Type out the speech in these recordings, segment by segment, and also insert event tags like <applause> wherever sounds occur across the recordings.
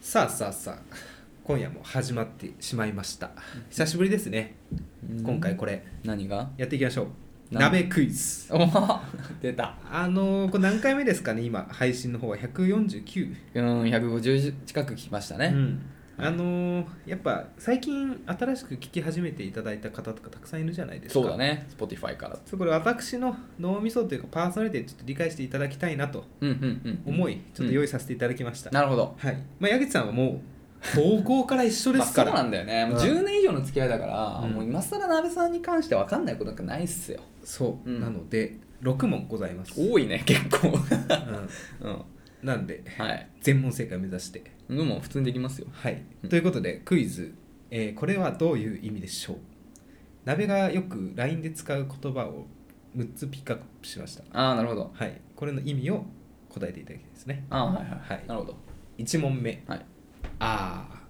さあさあさあ今夜も始まってしまいました久しぶりですね今回これ何がやっていきましょうなん鍋クイズお <laughs> お出たあのー、これ何回目ですかね今配信の方は149うん150近く聞きましたうね、んあのー、やっぱ最近新しく聞き始めていただいた方とかたくさんいるじゃないですかそうだね Spotify からそうこれ私の脳みそというかパーソナリティをちょっと理解していただきたいなとうんうんうん思い、ちょっと用意、意させていただきました、なるほどはいまあ矢口さんは <laughs> もう高校から一緒ですから、まあそうなんだよね、もう10年以上の付き合いだから、うんもう今更鍋さんに関して分かんないことなんかないっすよそう、うんなので6問ございます、う多いね結構ん、 <laughs> うんなんではい全問正解目指してでも普通にできますよはい、うんということでクイズ、えーこれはどういう意味でしょう鍋がよく LINE で使う言葉を6つピックアップしましたああなるほどはいこれの意味を答えていただきたいですねああはいはい、はいなるほど1問目はいあー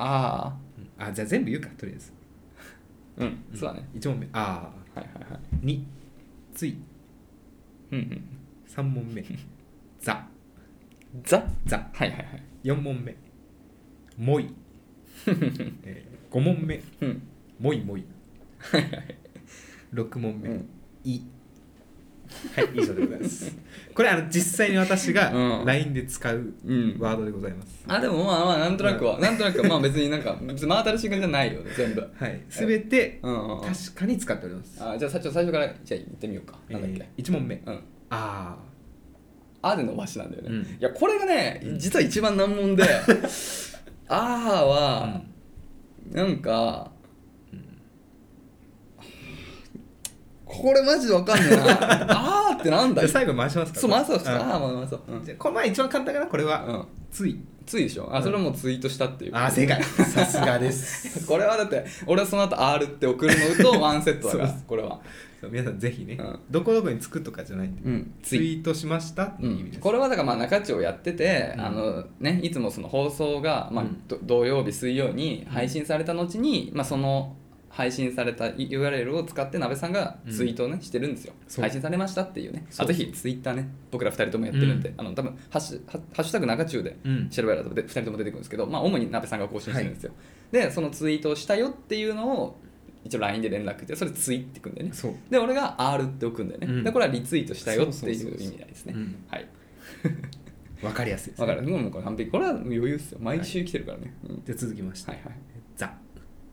ああうんあじゃあ全部言うかとりあえずうん、そうだね1問目ああはいはいはい2ついうんうん3問 <laughs> 目ザザザはいはいはい4問目もい、えー、5問目うんもいもい6問目、うんいはい以上でございますこれあの実際に私がうん LINE で使ううんワードでございます、あでもまあまあなんとなくは、なんとなくはまあ別になんか別に真新しい感じじゃないよね全部はい全てうんうんうん確かに使っております、あじゃあ最初最初からじゃあ行ってみようかなんだっけ、えー1問目うんああで伸ばしなんだよね、うんいやこれがね実は一番難 <laughs> 問であーあ、は、なんか、これマジでわかんね <laughs> えなあーってなんだじゃあ最よ後回しますかそう回そう回そうああー回そう、うんじゃあこの前一番簡単かなこれは、うん、ついついでしょあそれはもうツイートしたっていうあー正解さすがですこれはだって俺はその後 R って送るのとワンセットだからそうこれはそう皆さんぜひね、うんどこどこにつくとかじゃないんで、うんツイートしましたってういう意味でんす、これはだからまあ中地をやってて、うんあのね、いつもその放送が、まあうんど土曜日水曜に配信された後に、まあ、その配信された URL を使って鍋さんがツイートを、ねしてるんですよそう配信されましたっていうねそうあぜひツイッターね僕ら2人ともやってるんで、うあの多分ハッシュハハッシュタグ中中でうん調べると2人とも出てくるんですけど、まあ、主に鍋さんが更新してるんですよ、でそのツイートをしたよっていうのを一応 LINE で連絡してそれツイってくんだよねそうで俺が R って置くんだよね、うんでこれはリツイートしたよっていそうそううそう意そう味合いですねうんはいわかりやすいです、わね、かるもうもうこれ完璧これは余裕ですよ毎週来てるからね、うんじゃあ続きまして、はいはいザ、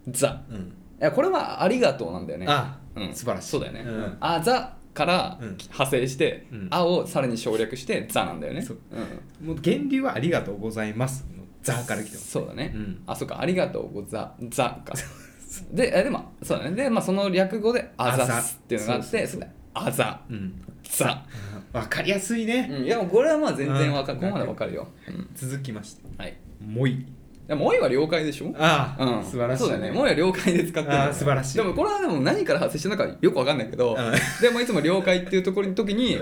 ザうん、いやこれはありがとうなんだよねあうん、素晴らしいそうだよね、うんあザからうん派生して、うんあをさらに省略してザなんだよねそう、んもう源流はありがとうございますのザから来てますそうだね、うんあそうかありがとうござざかでえでもそうだねで、まあ、その略語であざすっていうのがあってあざそれであざうんざ、わかりやすいね、うん、いやもうこれはまあ全然わかうんるここまでわかるよ、うん続きましてはいもいでも「おい」は了解でしょああ、うん、素晴らしいそうだよね。もうや了解で使ってるよねあー素晴らしいでもこれはでも何から発生してるのかよくわかんないけど、うん <laughs> でもいつも了解っていうところの時に、 <laughs>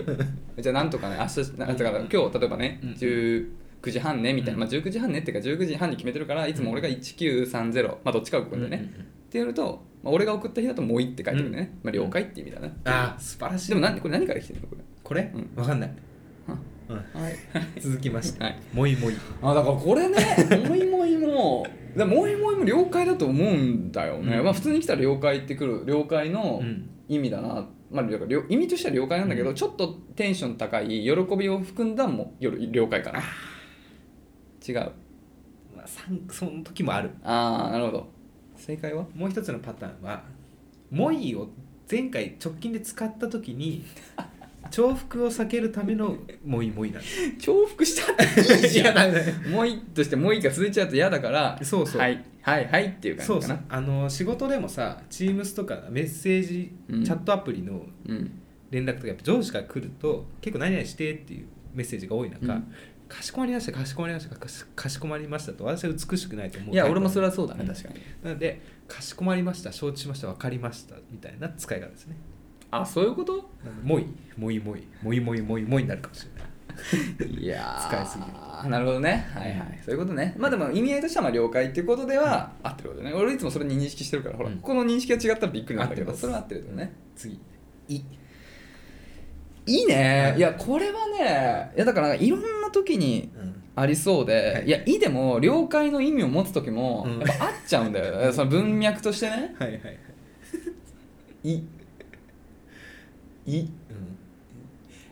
じゃあなんとかね、明日、なだから今日例えばね、うん19時半ねみたいな、まあ19時半ねっていうか19時半に決めてるから、いつも俺が1930、まあどっちかを送るんだよね。うんうんうんってやると、まあ、俺が送った日だともういって書いてるんだよね。まあ了解っていう意味だね。ああ素晴らしいでも何これ何から来てるのこれ。これ、うんわかんない、はうん、はい。続きまして、はいもいもいあだからこれね <laughs> もいもいもでもいもいも了解だと思うんだよね、うんまあ普通に来たら了解ってくる了解のうん意味だな、まあだから了意味としては了解なんだけど、ちょっとテンション高い喜びを含んだもよ了解かな違うまあ、さんその時もあるああなるほど正解はもう一つのパターンは「もい」を前回直近で使った時 <laughs> に重複を避けるための「もいもい」なんです重複したって <laughs> いいじゃんだねもいとしてもいが続いちゃうと嫌だからそうそうはい、はいはいっていう感じそうかそなうあの仕事でもさ Teams とかメッセージ、うんチャットアプリのうん連絡とかやっぱ上司から来ると結構「何々して」っていうメッセージが多い中、うんかしこまりましたかしこまりましたかしかしこまりましたと私は美しくないと思ういや俺もそれはそうだね、うん確かになのでかしこまりました承知しました分かりましたみたいな使い方ですねあそういうことなのでもいもいもいもいもいもいもいになるかもしれないいやー使いすぎるなるほどねはいはいそういうことねまあでも意味合いとしてはまあ了解っていうことでは合ってることだよね俺いつもそれに認識してるからほら、うんここの認識が違ったらびっくりなんだけ合ってどますそれは合ってるよね次いいいね、うんいやこれはねいやだからなんかいろんな時にうんありそうで、はいい、や「い」でも了解の意味を持つ時もうんやっぱ合っちゃうんだよ <laughs> ね、その文脈としてねはいはいはい、 「い」「いうん、」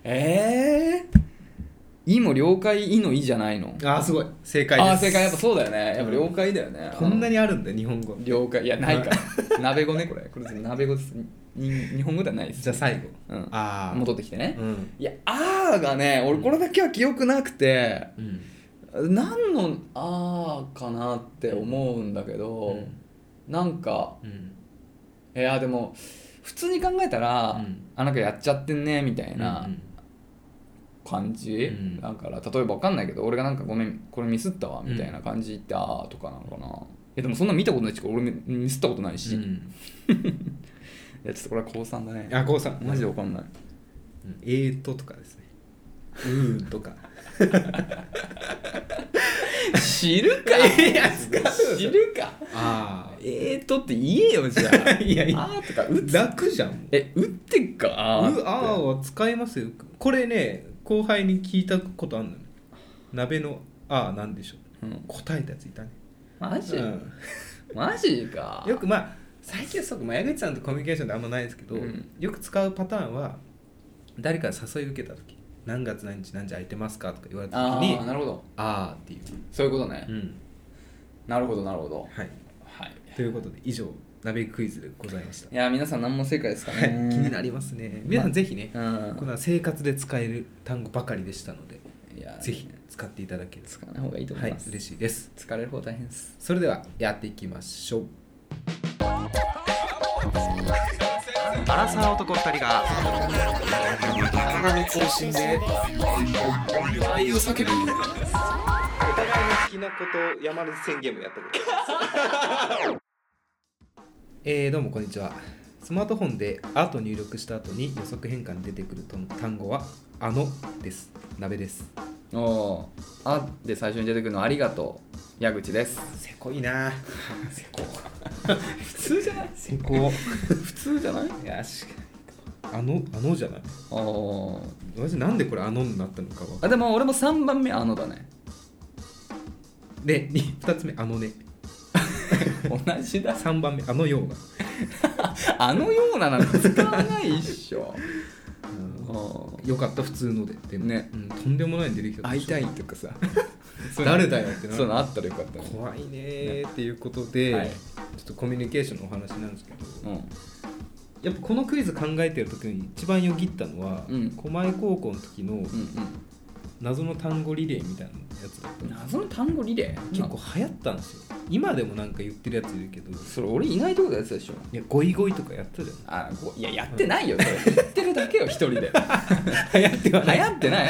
えー「い」も了解「い」の「い」じゃないのああすごい正解ですああー正解やっぱそうだよねやっぱ了解だよね、こんなにあるんだよ日本語了解いやないから鍋語ねこれこれ鍋語ですに日本語ではないですじゃあ最後、うんああ戻ってきてね、うんいや「あー」がね俺これだけは記憶なくてうん何の「あー」かなって思うんだけど、なんかうんいやでも普通に考えたら、うんあなんかやっちゃってんねみたいなうん感じ、うんだから例えば分かんないけど俺がなんかごめんこれミスったわみたいな感じって、あーとかなのかないやでもそんな見たことないし俺ミミスったことないし、ういんやちょっとこれは高三だねあこうさんマジで分かんないうんえーととかですねうーんと <laughs> か知るか知るかあえーとって言えよじゃあいやいやあーとかあ打つ楽じゃんもうえ打ってっかうあーってあーは使いますよこれね後輩に聞いたことあんのよ鍋のあーなんでしょううん答えたやついたね、マジ、うんマジかよくまあ最近はそうかまあ矢口さんとコミュニケーションってあんまないですけど、うんよく使うパターンは誰か誘い受けた時何月何日何時空いてますかとか言われたあ時にあなるほどあーっていう、そういうことね、うんなるほどなるほどはい、はいということで以上鍋クイズでございましたいや皆さん何も正解ですかはい、 <laughs> ね気になりますね皆さんぜひね、うんこの生活で使える単語ばかりでしたのでいやぜひ使っていただけると使わない方がいいと思はいいます、嬉しいです疲れる方大変ですそれではやっていきましょうアラサー男2人が中道を死んで愛を叫ぶお互いの好きなことを山根宣言もやってるえー、どうもこんにちはスマートフォンで「あ」と入力した後に予測変換に出てくると単語は「あの」です鍋ですおおあで最初に出てくるのはありがとう矢口です <laughs> せこいな <laughs> せこ普通じゃないせこ普通じゃないいや確かにあのあのじゃないおお私なんでこれあのになったのかわかんあでも俺も3番目あのだねでに2つ目あのね同じだ3番目あのようなあのようななんか使わないっしょおーよかった普通のででもねうん、とんでもないの出てきた会いたいとかさ誰だよってなそういうのあったらよかったね怖いねーっていうことで、はいちょっとコミュニケーションのお話なんですけど、うんやっぱこのクイズ考えてる時に一番よぎったのは、うん狛江高校の時のうん謎の単語リレーみたいなやつだったうんの謎の単語リレー結構流行ったんですよ今でもなんか言ってるやついるけどそれ俺いないとこでやってたでしょいやゴイゴイとかやってたじゃんあごいややってないよそ <laughs> れ言ってるだけよ一人で流行っては流行ってない流行って <laughs> な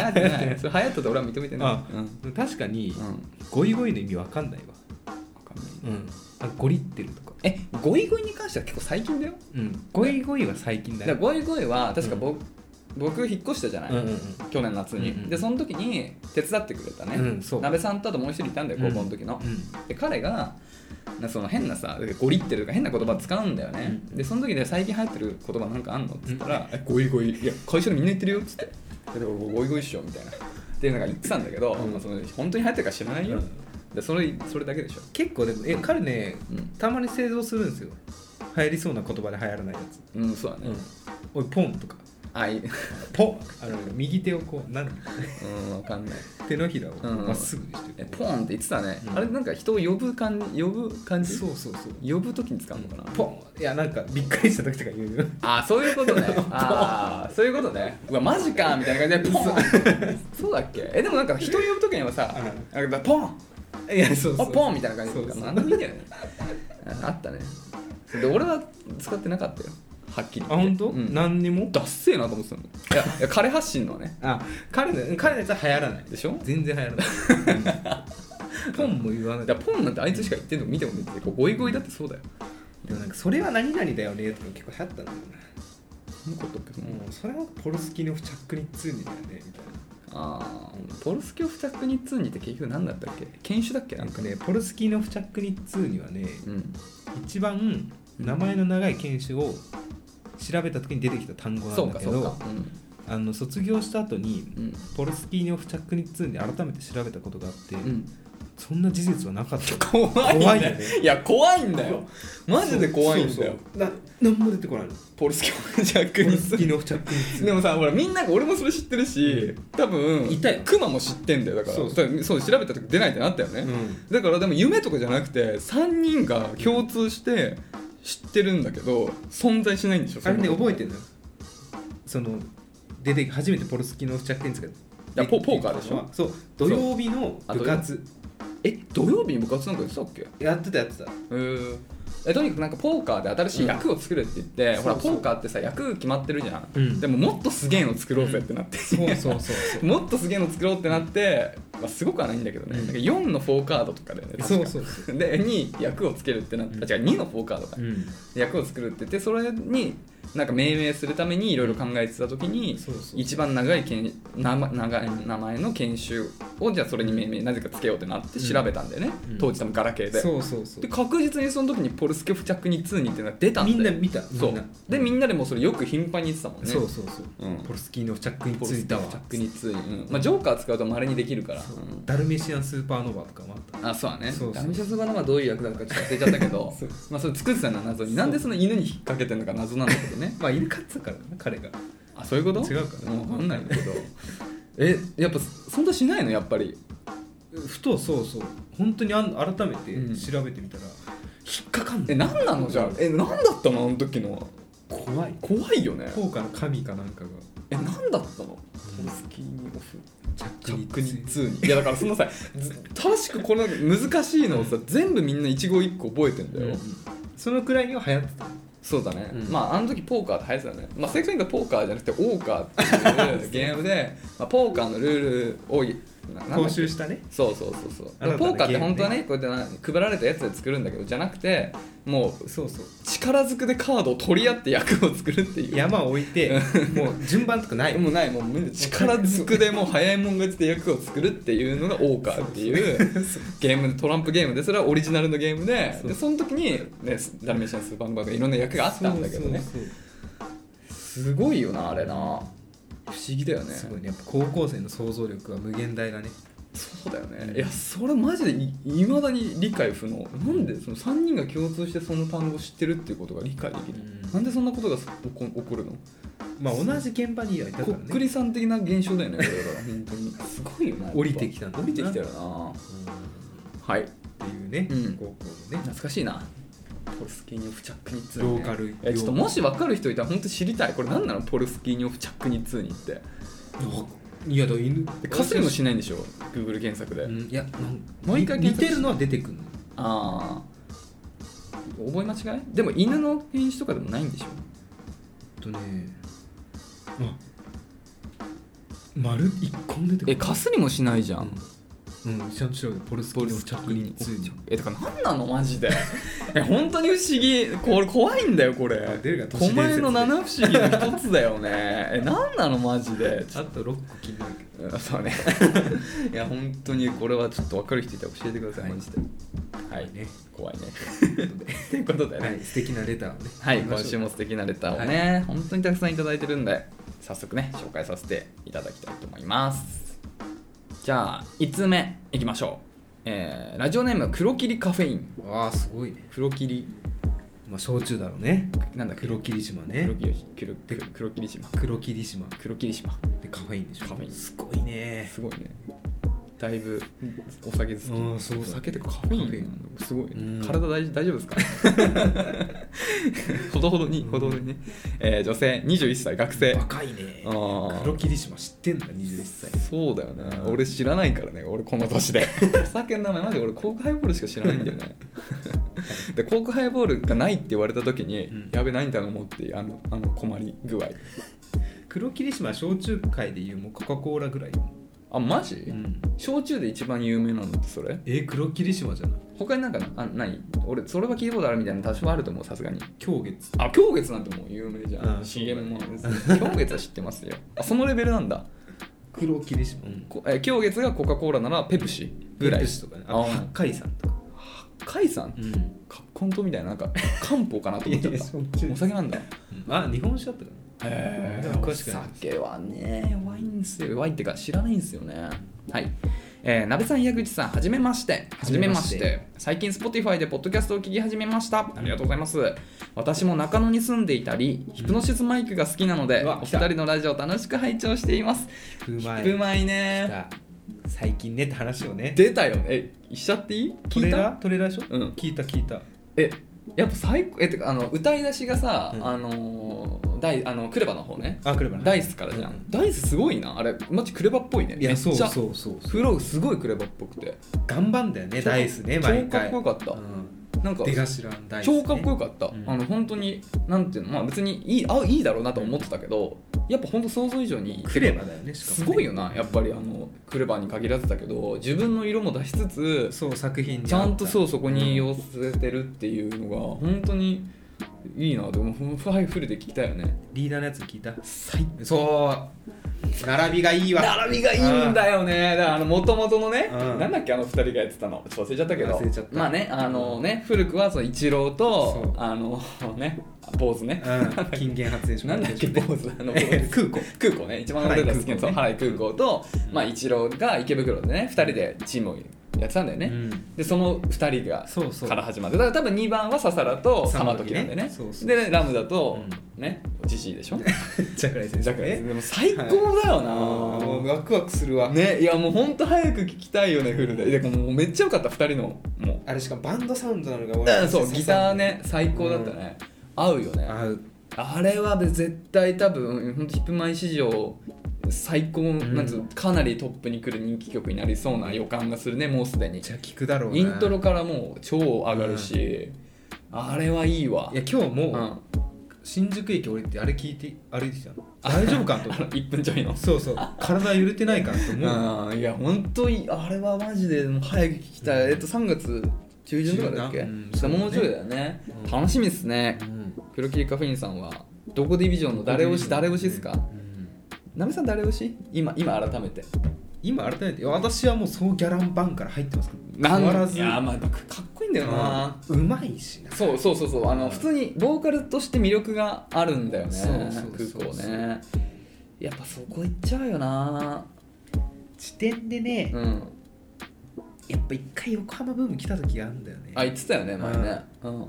いそれ流行ったと俺は認めてないあうんうん確かに、わゴイゴイの意味わかんないわ、かんないうん、あゴリってるとか、えゴイゴイに関しては結構最近だようん、ゴイゴイは最近だだからねゴイゴイは確か僕,、僕引っ越したじゃない、うんうんうん去年夏に、うんうんでその時に手伝ってくれたね、うんそう鍋さんとあともう一人いたんだよ高校の時の、うで彼がなその変なさゴリってるとか変な言葉使うんだよね、うんでその時で最近流行ってる言葉なんかあんのっつったら「えゴイゴイいや会社でみんな言ってるよ」っつって「ででもゴイゴイっしょ」みたいなっていうのが言ってたんだけど、うんまあ、その本当に流行ってるか知らないよ、うんでそれそれだけでしょ、結構でもえ彼ねうんたまに製造するんですよ流行りそうな言葉で流行らないやつ、うん、そうだね、おいポンとかあいポンあの右手をこうなんうんわかんない <laughs> 手のひらをうんまっすぐにしてえるポンって言ってたね、うんあれなんか人を呼ぶ感じ呼ぶ感じそうそうそう呼ぶ時に使うのかな、ポンいやなんかびっくりした時とか言う <laughs> よあーそういうことねあーそういうことねうわマジかみたいな感じでポンそうだっけえでもなんか人呼ぶ時にはさうなんかポンいやそうそあうポンみたいな感じそうでそう何でもいいんだよねああったねで俺は使ってなかったよはっきり言ってあ本当、うん、何にもダッセーなと思ってたのいやいや彼発信のねあ彼の彼のやつは流行らないでしょ全然流行らない <laughs> ポンも言わないいやポンなんてあいつしか言ってんの見ても見ててこうゴイゴイだってそうだよでもなんかそれは何々だよねとか結構流行ったんだよ何のことってな、もうもうそれはポルスキの付着に通にだよねみたいあーポルスキョフ着に通にって結局何だったっけ犬種だっけなななんんかかねポルスキの付着に通にはねうん一番名前の長い犬種を調べた時に出てきた単語なんそうだかけそうどか、うんあの卒業した後にうんポルスキーニョフチャックにつんで改めて調べたことがあって、うん、そんな事実はなかった怖いん怖いだよよねいや怖いんだよマジで怖いんだよな何も出てこないのポルスキーのジャックポにルスキーニョフチャックにつんでもさほらみんなが俺もそれ知ってるし多分いたよクマも知ってんだよだからそうだからそう調べた時出ないってなったよね、うんだからでも夢とかじゃなくて3人が共通して知ってるんだけど存在しないんでしょあれね覚えててんのよその出て初めてポルスキーニョフチャックにつんやポポーカーでしょそう土曜日の部活え土曜日に部活なんかやってたっけへやってたやってたーえとにかくなんかポーカーで新しい役を作るって言って、うんほそらうポそうーカーってさ役決まってるじゃん、うんでももっとすげえの作ろうぜってなって、そうそうそうそうもっとすげえの作ろうってなって、まあ、すごくはないんだけどね、うんなんか4の4カードとかでね確かそうそうそでに役をつけるってなって、うんあ違う2の4カードか、うん役を作るって言ってそれになんか命名するためにいろいろ考えてた時にそうそう一番長いけん名前長い名前の研修をじゃあそれに命名なぜかつけようってなって調べたんだよね、うん当時多分ガラケーでそうそうそうで確実にその時にポルスキョフチャックに2にっていうのが出たんだみよんな見たそみんうなでみんなでもうそれよく頻繁に言ってたもんねそうそうそううんポルスキーニョフチャックにポつルスキいたョわフチャックに2、うんまあ、ジョーカー使うとまれにできるからそううんダルメシアンスーパーノヴァとかもあったあそうだねそうそうダミシャスバナはどういう役だったかちょっと忘れちゃったけどそうまあそれ作ってたのは謎になんでその犬に引っ掛けてるのか謎なんだけどねまあ犬飼ってたからね彼があそういうこと違うかなもう分かんないんだけどえやっぱそんなしないのやっぱりふとそうそう本当にあん改めてうん調べてみたら、引っかかんえない何なのじゃあえ何だったのあの時のは怖い怖いよね効果の神かなんかがえ何だったのポルスキーニオフ着チャックにに2にいやだからそのさず正しくこの難しいのをさ全部みんな一語一個覚えてんだよ、うんそのくらいには流行ってたそうだね、うんまああの時ポーカーって流行ってたよね、まあ、正確に言うとポーカーじゃなくてオーカーっていうゲームで、まあ、ポーカーのルールをななんだっけ踏襲したねそうそうそうそう新たなポーカーっゲてームね本当はねこうやってな配られたやつで作るんだけどじゃなくてもうそうそう力ずくでカードを取り合って役を作るっていう山を置いてもう順番とかないもうないもう無理力ずくでもう早いもん勝ちで役を作るっていうのがオーカーっていうゲームトランプゲームでそれはオリジナルのゲームでそうでその時に、ね、ダルメシアンスーパーンバーがいろんな役があったんだけどねそうそうすごいよなあれな不思議だよねすごいねやっぱ高校生の想像力は無限大だねそうだよねいやそれマジでいまだに理解不能なんでその3人が共通してその単語を知ってるっていうことが理解できない、うんなんでそんなことが起こ起こるの、まあ同じ現場にはいたからこねっくりさん的な現象だよねこれだから本当にすごいよなやっぱ降りてきたんだ降りてきたよなうんはいっていうね、うん高校のね懐かしいなポルスキーニョフチャックニツローカルえちょっともし分かる人いたら本当知りたいこれ何なのポルスキーニョフチャックニツにっていやだ犬で稼ぎもしないんでしょ Google 検索で、うんいやなんもう一回似検て索しるのは出てくるのああ覚え間違いでも犬の犬種とかでもないんでしょえっとねあ丸一個も出てこないえかすりもしないじゃん、うん、うん、ちゃんと調べてポルスキーの着についにえだから何なのマジで <laughs> え本当に不思議これ怖いんだよこれ出るが都市伝説狛江の七不思議の一つだよね <laughs> え何なのマジであと6個気になるけどうんそうね <laughs> いや本当にこれはちょっと分かる人いたら教えてください、はいマジでははいいね怖いねということで <laughs> ということでねはい、素敵なレターをねはい、行きま今し週ょうも素敵なレターをね、本当にたくさんいただいてるんで早速ね紹介させていただきたいと思いますじゃあ5つ目いきましょう、えーラジオネーム黒霧カフェインわあすごいね黒霧まあ焼酎だろうねなんだっけ黒霧島ね黒霧黒黒黒霧島黒霧島黒霧島でカフェインでしょカフェインすごいねすごいねだいぶお酒好きうんそうお酒ってカフェインなんだすごい、うん体大大丈夫ですか <laughs> ほどほどにほどほどにね、えー女性21歳学生若いねあー黒霧島知ってんだ21歳そうだよね俺知らないからね俺この <laughs> 年でお酒の名前まで俺コークハイボールしか知らないんだよねでコークハイボールがないって言われた時に、うんやべ何頼もうっていうあのあの困り具合黒霧島は焼酎界でいうもうコカ・コーラぐらい、あマジ、うん、焼酎で一番有名なのってそれえー黒霧島じゃない他になんかあない俺それは聞いたことあるみたいな多少あると思うさすがに狂月あ狂月なんてもう有名じゃん、うん CM も狂月は知ってますよあそのレベルなんだ黒霧島、うん、こえ狂月がコカ・コーラならペプシぐらいペプシとかねあとあー八海山とか海さんうんカッコントみたいななんか漢方かなと思っちゃっいやいや焼酎たお酒なんだあ日本酒だったかえでもお詳しくない酒はね弱いんですよ弱いってか知らないんですよねはいえー、鍋さん、矢口さん、はじめまして。ははじじめめままししてて。最近、Spotify でポッドキャストを聞き始めました。ありがとうございます。私も中野に住んでいたり、ヒプノシスマイクが好きなので、うわお来た二人のラジオを楽しく拝聴しています。うまういまいね。さあ最近ねって話をね出たよね。え、しちゃっていいト聞レーいたラートレーラーでしょ、うん聞いた聞いたえやっぱ最高えてかあの歌い出しがさ、うんあのーダイあのクレバの方ねあ来ればねダイスからじゃん、うんダイスすごいなあれマジクレバっぽいねいやめっちそゃうそうそうそうフローすごいクレバっぽくて頑張んだよね超ダイスね超毎回かっこよかったうんなんか出頭のダイス、ね、超かっこよかった、うんあの本当になんていうのまあ別にいいあいいだろうなと思ってたけどやっぱ本当想像以上にクレバだよねしかもすねごいよなやっぱりあのクレバに限らずだけど自分の色も出しつつそう作品にちゃんとそううそこに寄せてるっていうのが本当にいいなでもふファイフルで聞きたいよねリーダーのやつ聞いたそう並びがいいわ並びがいいんだよねだからあの元々のね、うんなんだっけあの2人がやってたのちょっと忘れちゃったけど忘れちゃったまあねあのね古くはその一郎そとうあのね坊主ね、うん金言発電所なんだ <laughs> っけ坊主あの坊主空 <laughs> 港空港ね一番俺たち好きなそうは原井空港と、まあ、一郎が池袋でね2人でチームをやってたんだよね、うんでその2人がそうそうから始まってだから多分2番はササラとササママトトキキなねんでねそうそうそうでラムだと、うねジジイ <laughs> でしょジャクライ先ジ生ャクねでも最高だよな、はいもうワクワクするわねいやもうほんと早く聞きたいよねフルででもうめっちゃ良かった2人のもあれしかもバンドサウンドなのがう俺うんそうギターね最高だったね、合うよね合うあれは絶対多分ほんとヒップマイ史上最高、んなんつうのかなりトップに来る人気曲になりそうな予感がするねもうすでにじゃあ聞くだろうなイントロからもう超上がるし、あれはいいわいや今日うん、も新宿駅降りてあれ聞いて歩いてきたの大丈夫かとあの1分ちょい <laughs> のそうそう体揺れてないかと思ううんいや本当にあれはマジでもう早く聞きたい、えっと3月中旬とかだっけ、中旬なうんだからもうちょいだよねうん楽しみですねうん黒霧カフェインさんはどこディビジョンの誰推し誰推しですかうんなめさん誰推し今今改めて今改めていや私はもうそうギャランバンから入ってますけどん変わらずいやまあかかっこいいんだよな、うまいしなそうそうそうそうあの普通にボーカルとして魅力があるんだよねそうそうそう空港ねやっぱそこ行っちゃうよな時点でね、うんやっぱ一回横浜ブーム来た時があるんだよねあ言ってたよね前ねうん、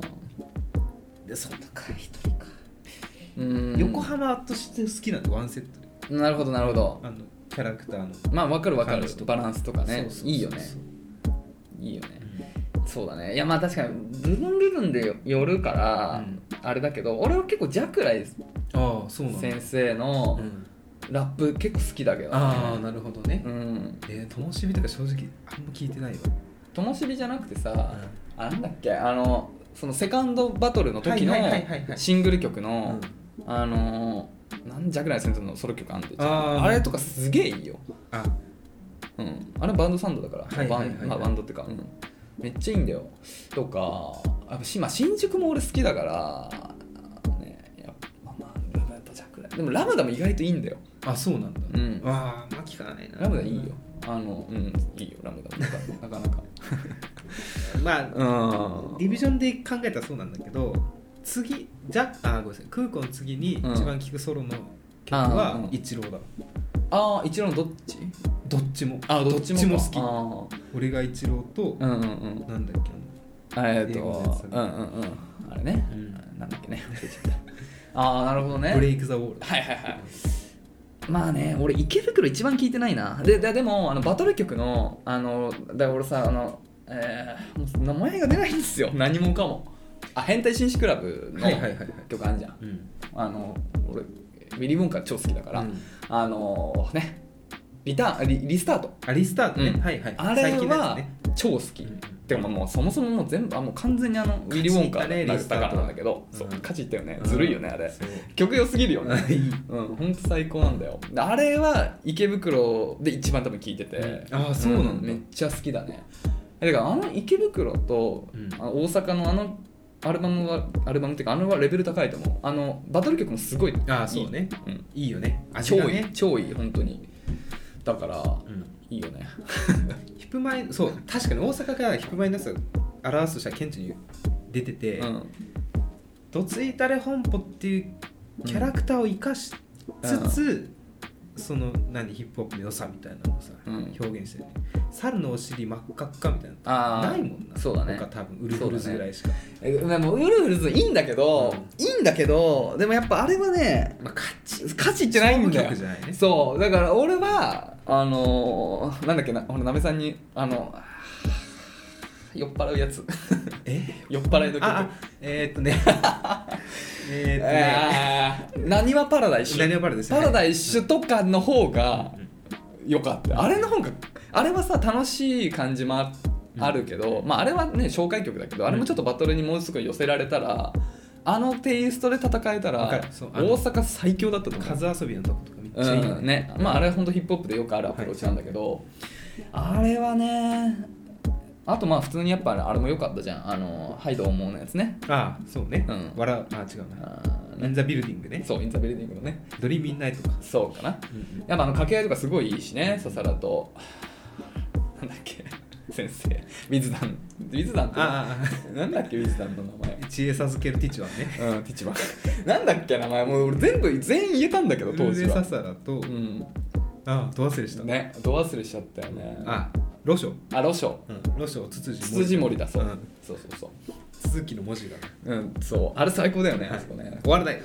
でそんなか一人か、うん、横浜として好きなんでワンセットでなるほどなるほどあのキャラクターのまあわかるわかる感じとかバランスとかねそうそうそうそういいよねいいよねそうだねいやまあ確かに部分部分でよるから、うんあれだけど俺は結構ジャクライああそうなんだ先生のうんラップ結構好きだけどね、ああなるほどね、うんえー、ともしびとか正直あんま聞いてないわともしびじゃなくてさ、あなんだっけあのそのセカンドバトルの時のはいはいはいはいはいシングルう曲のんあのーなんジャクライ先生のソロ曲あんであーあれとかすげえいいよあうん、あれバンドサウンドだから、はいはいはいはいバンまあ、バンドっていうか、うん、めっちゃいいんだよとかやっぱし、まあ、新宿も俺好きだから、ね、やっぱまあまあラムダとジャックライでもラムダも意外といいんだよ、あそうなんだ、うん、ああまあ聞かないなラムダいいよあのうんいいよラムダもなかなかま <laughs> あなかディビジョンで考えたらそうなんだけど次じゃあーごめんなさい空港の次に一番聴くソロの曲うんあーうんは一郎だ、ああ一郎のどっちどっちもあどっちもか好きあ俺が一郎と、ーうんうんうんなんだっけえっ英語のやとつうんうんうんあれね、うんなんだっけね忘れちゃったああなるほどあねのブレイク・ザ・ウォールはいはいはいまあね俺池袋一番聞いてないなでででもあのバトル曲のあのだから俺さあの、えーもう名前が出ないんですよ <laughs> 何もかもあ変態紳士クラブのはいはいはいはい曲あるじゃん、うんあの俺ミリ・ボンカー超好きだから、うんあのねリターンリリスタートあリスタートね、うんはいはいあれ最近のやはつね超好き、うんでももうそもそももう全部あもう完全にあのウィリー・ウォンカ勝ちに行っーたねだったからなんだけどリスそタうート勝ちったよねずるいよねあれ、そう曲良すぎる <laughs> よねいいうんほんと最高なんだよであれは池袋で一番多分聴いてて、うんあーそうなんだめっちゃ好きだねえだからあの池袋と、うんあの大阪のあのアルバムはアルバムっていうかあのはレベル高いと思うあのバトル曲もすごいあーそうねいいうん、いいよね味超がいいね超いい本当にだから、うんいいよねヒップマイそう確かに大阪からヒップマイのやつを表すとしたら顕著に出てて、うんどついたれ本舗っていうキャラクターを生かしつつ、その何ヒップホップの良さみたいなのをさ、うん表現してるね猿のお尻真っ赤っかみたいなあーないもんなそうだね他多分ウルフルズぐらいしか、えでもウルフルズいいんだけど、ういいんだけどでもやっぱあれはねまあ、勝ち価値いってないんだよ勝負曲じゃないねそうだから俺はあのーなんだっけな俺なべさんにあの酔っ払うやつ <laughs> え酔っ払いの曲ああえー、っと <laughs> ねえーっとねえーなにわパラダイスなにわパラダイスパラダイスとかの方が良かったあれの方があれはさ楽しい感じもあうんあるけど、まあ、あれはね紹介曲だけどあれもちょっとバトルにもうすぐ寄せられたらあのテイストで戦えたわからるそうあの大阪最強だったと思う数遊びのとことかめっちゃいいようんねまああれは本当ヒップホップでよくあるアプローチなんだけど、あれはねあとまあ普通にやっぱあれも良かったじゃんあの「はいどうも」のやつねああそうね、うんわらあ違うなあイーンねザビルディングねそうインザビルディングのねドリーミンナイトか、そうかなうんうんやっぱあの掛け合いとかすごいいいしねささらとなんだっけ先生ウィズダンウィズダンってなああなんだっけウィズダンの名前あ <laughs> 知恵授けるティチはねうんティチバなんだっけ名前もう俺全部全員言えたんだけど当時上サはサラと、うんああど忘れした、ねど忘れしちゃったよねあロショ、あロショうん、ロショツツジツツジ森だそう、ん、そうそうそう続きの文字がうんそうあれ最高だよね、はいあそこね終わらない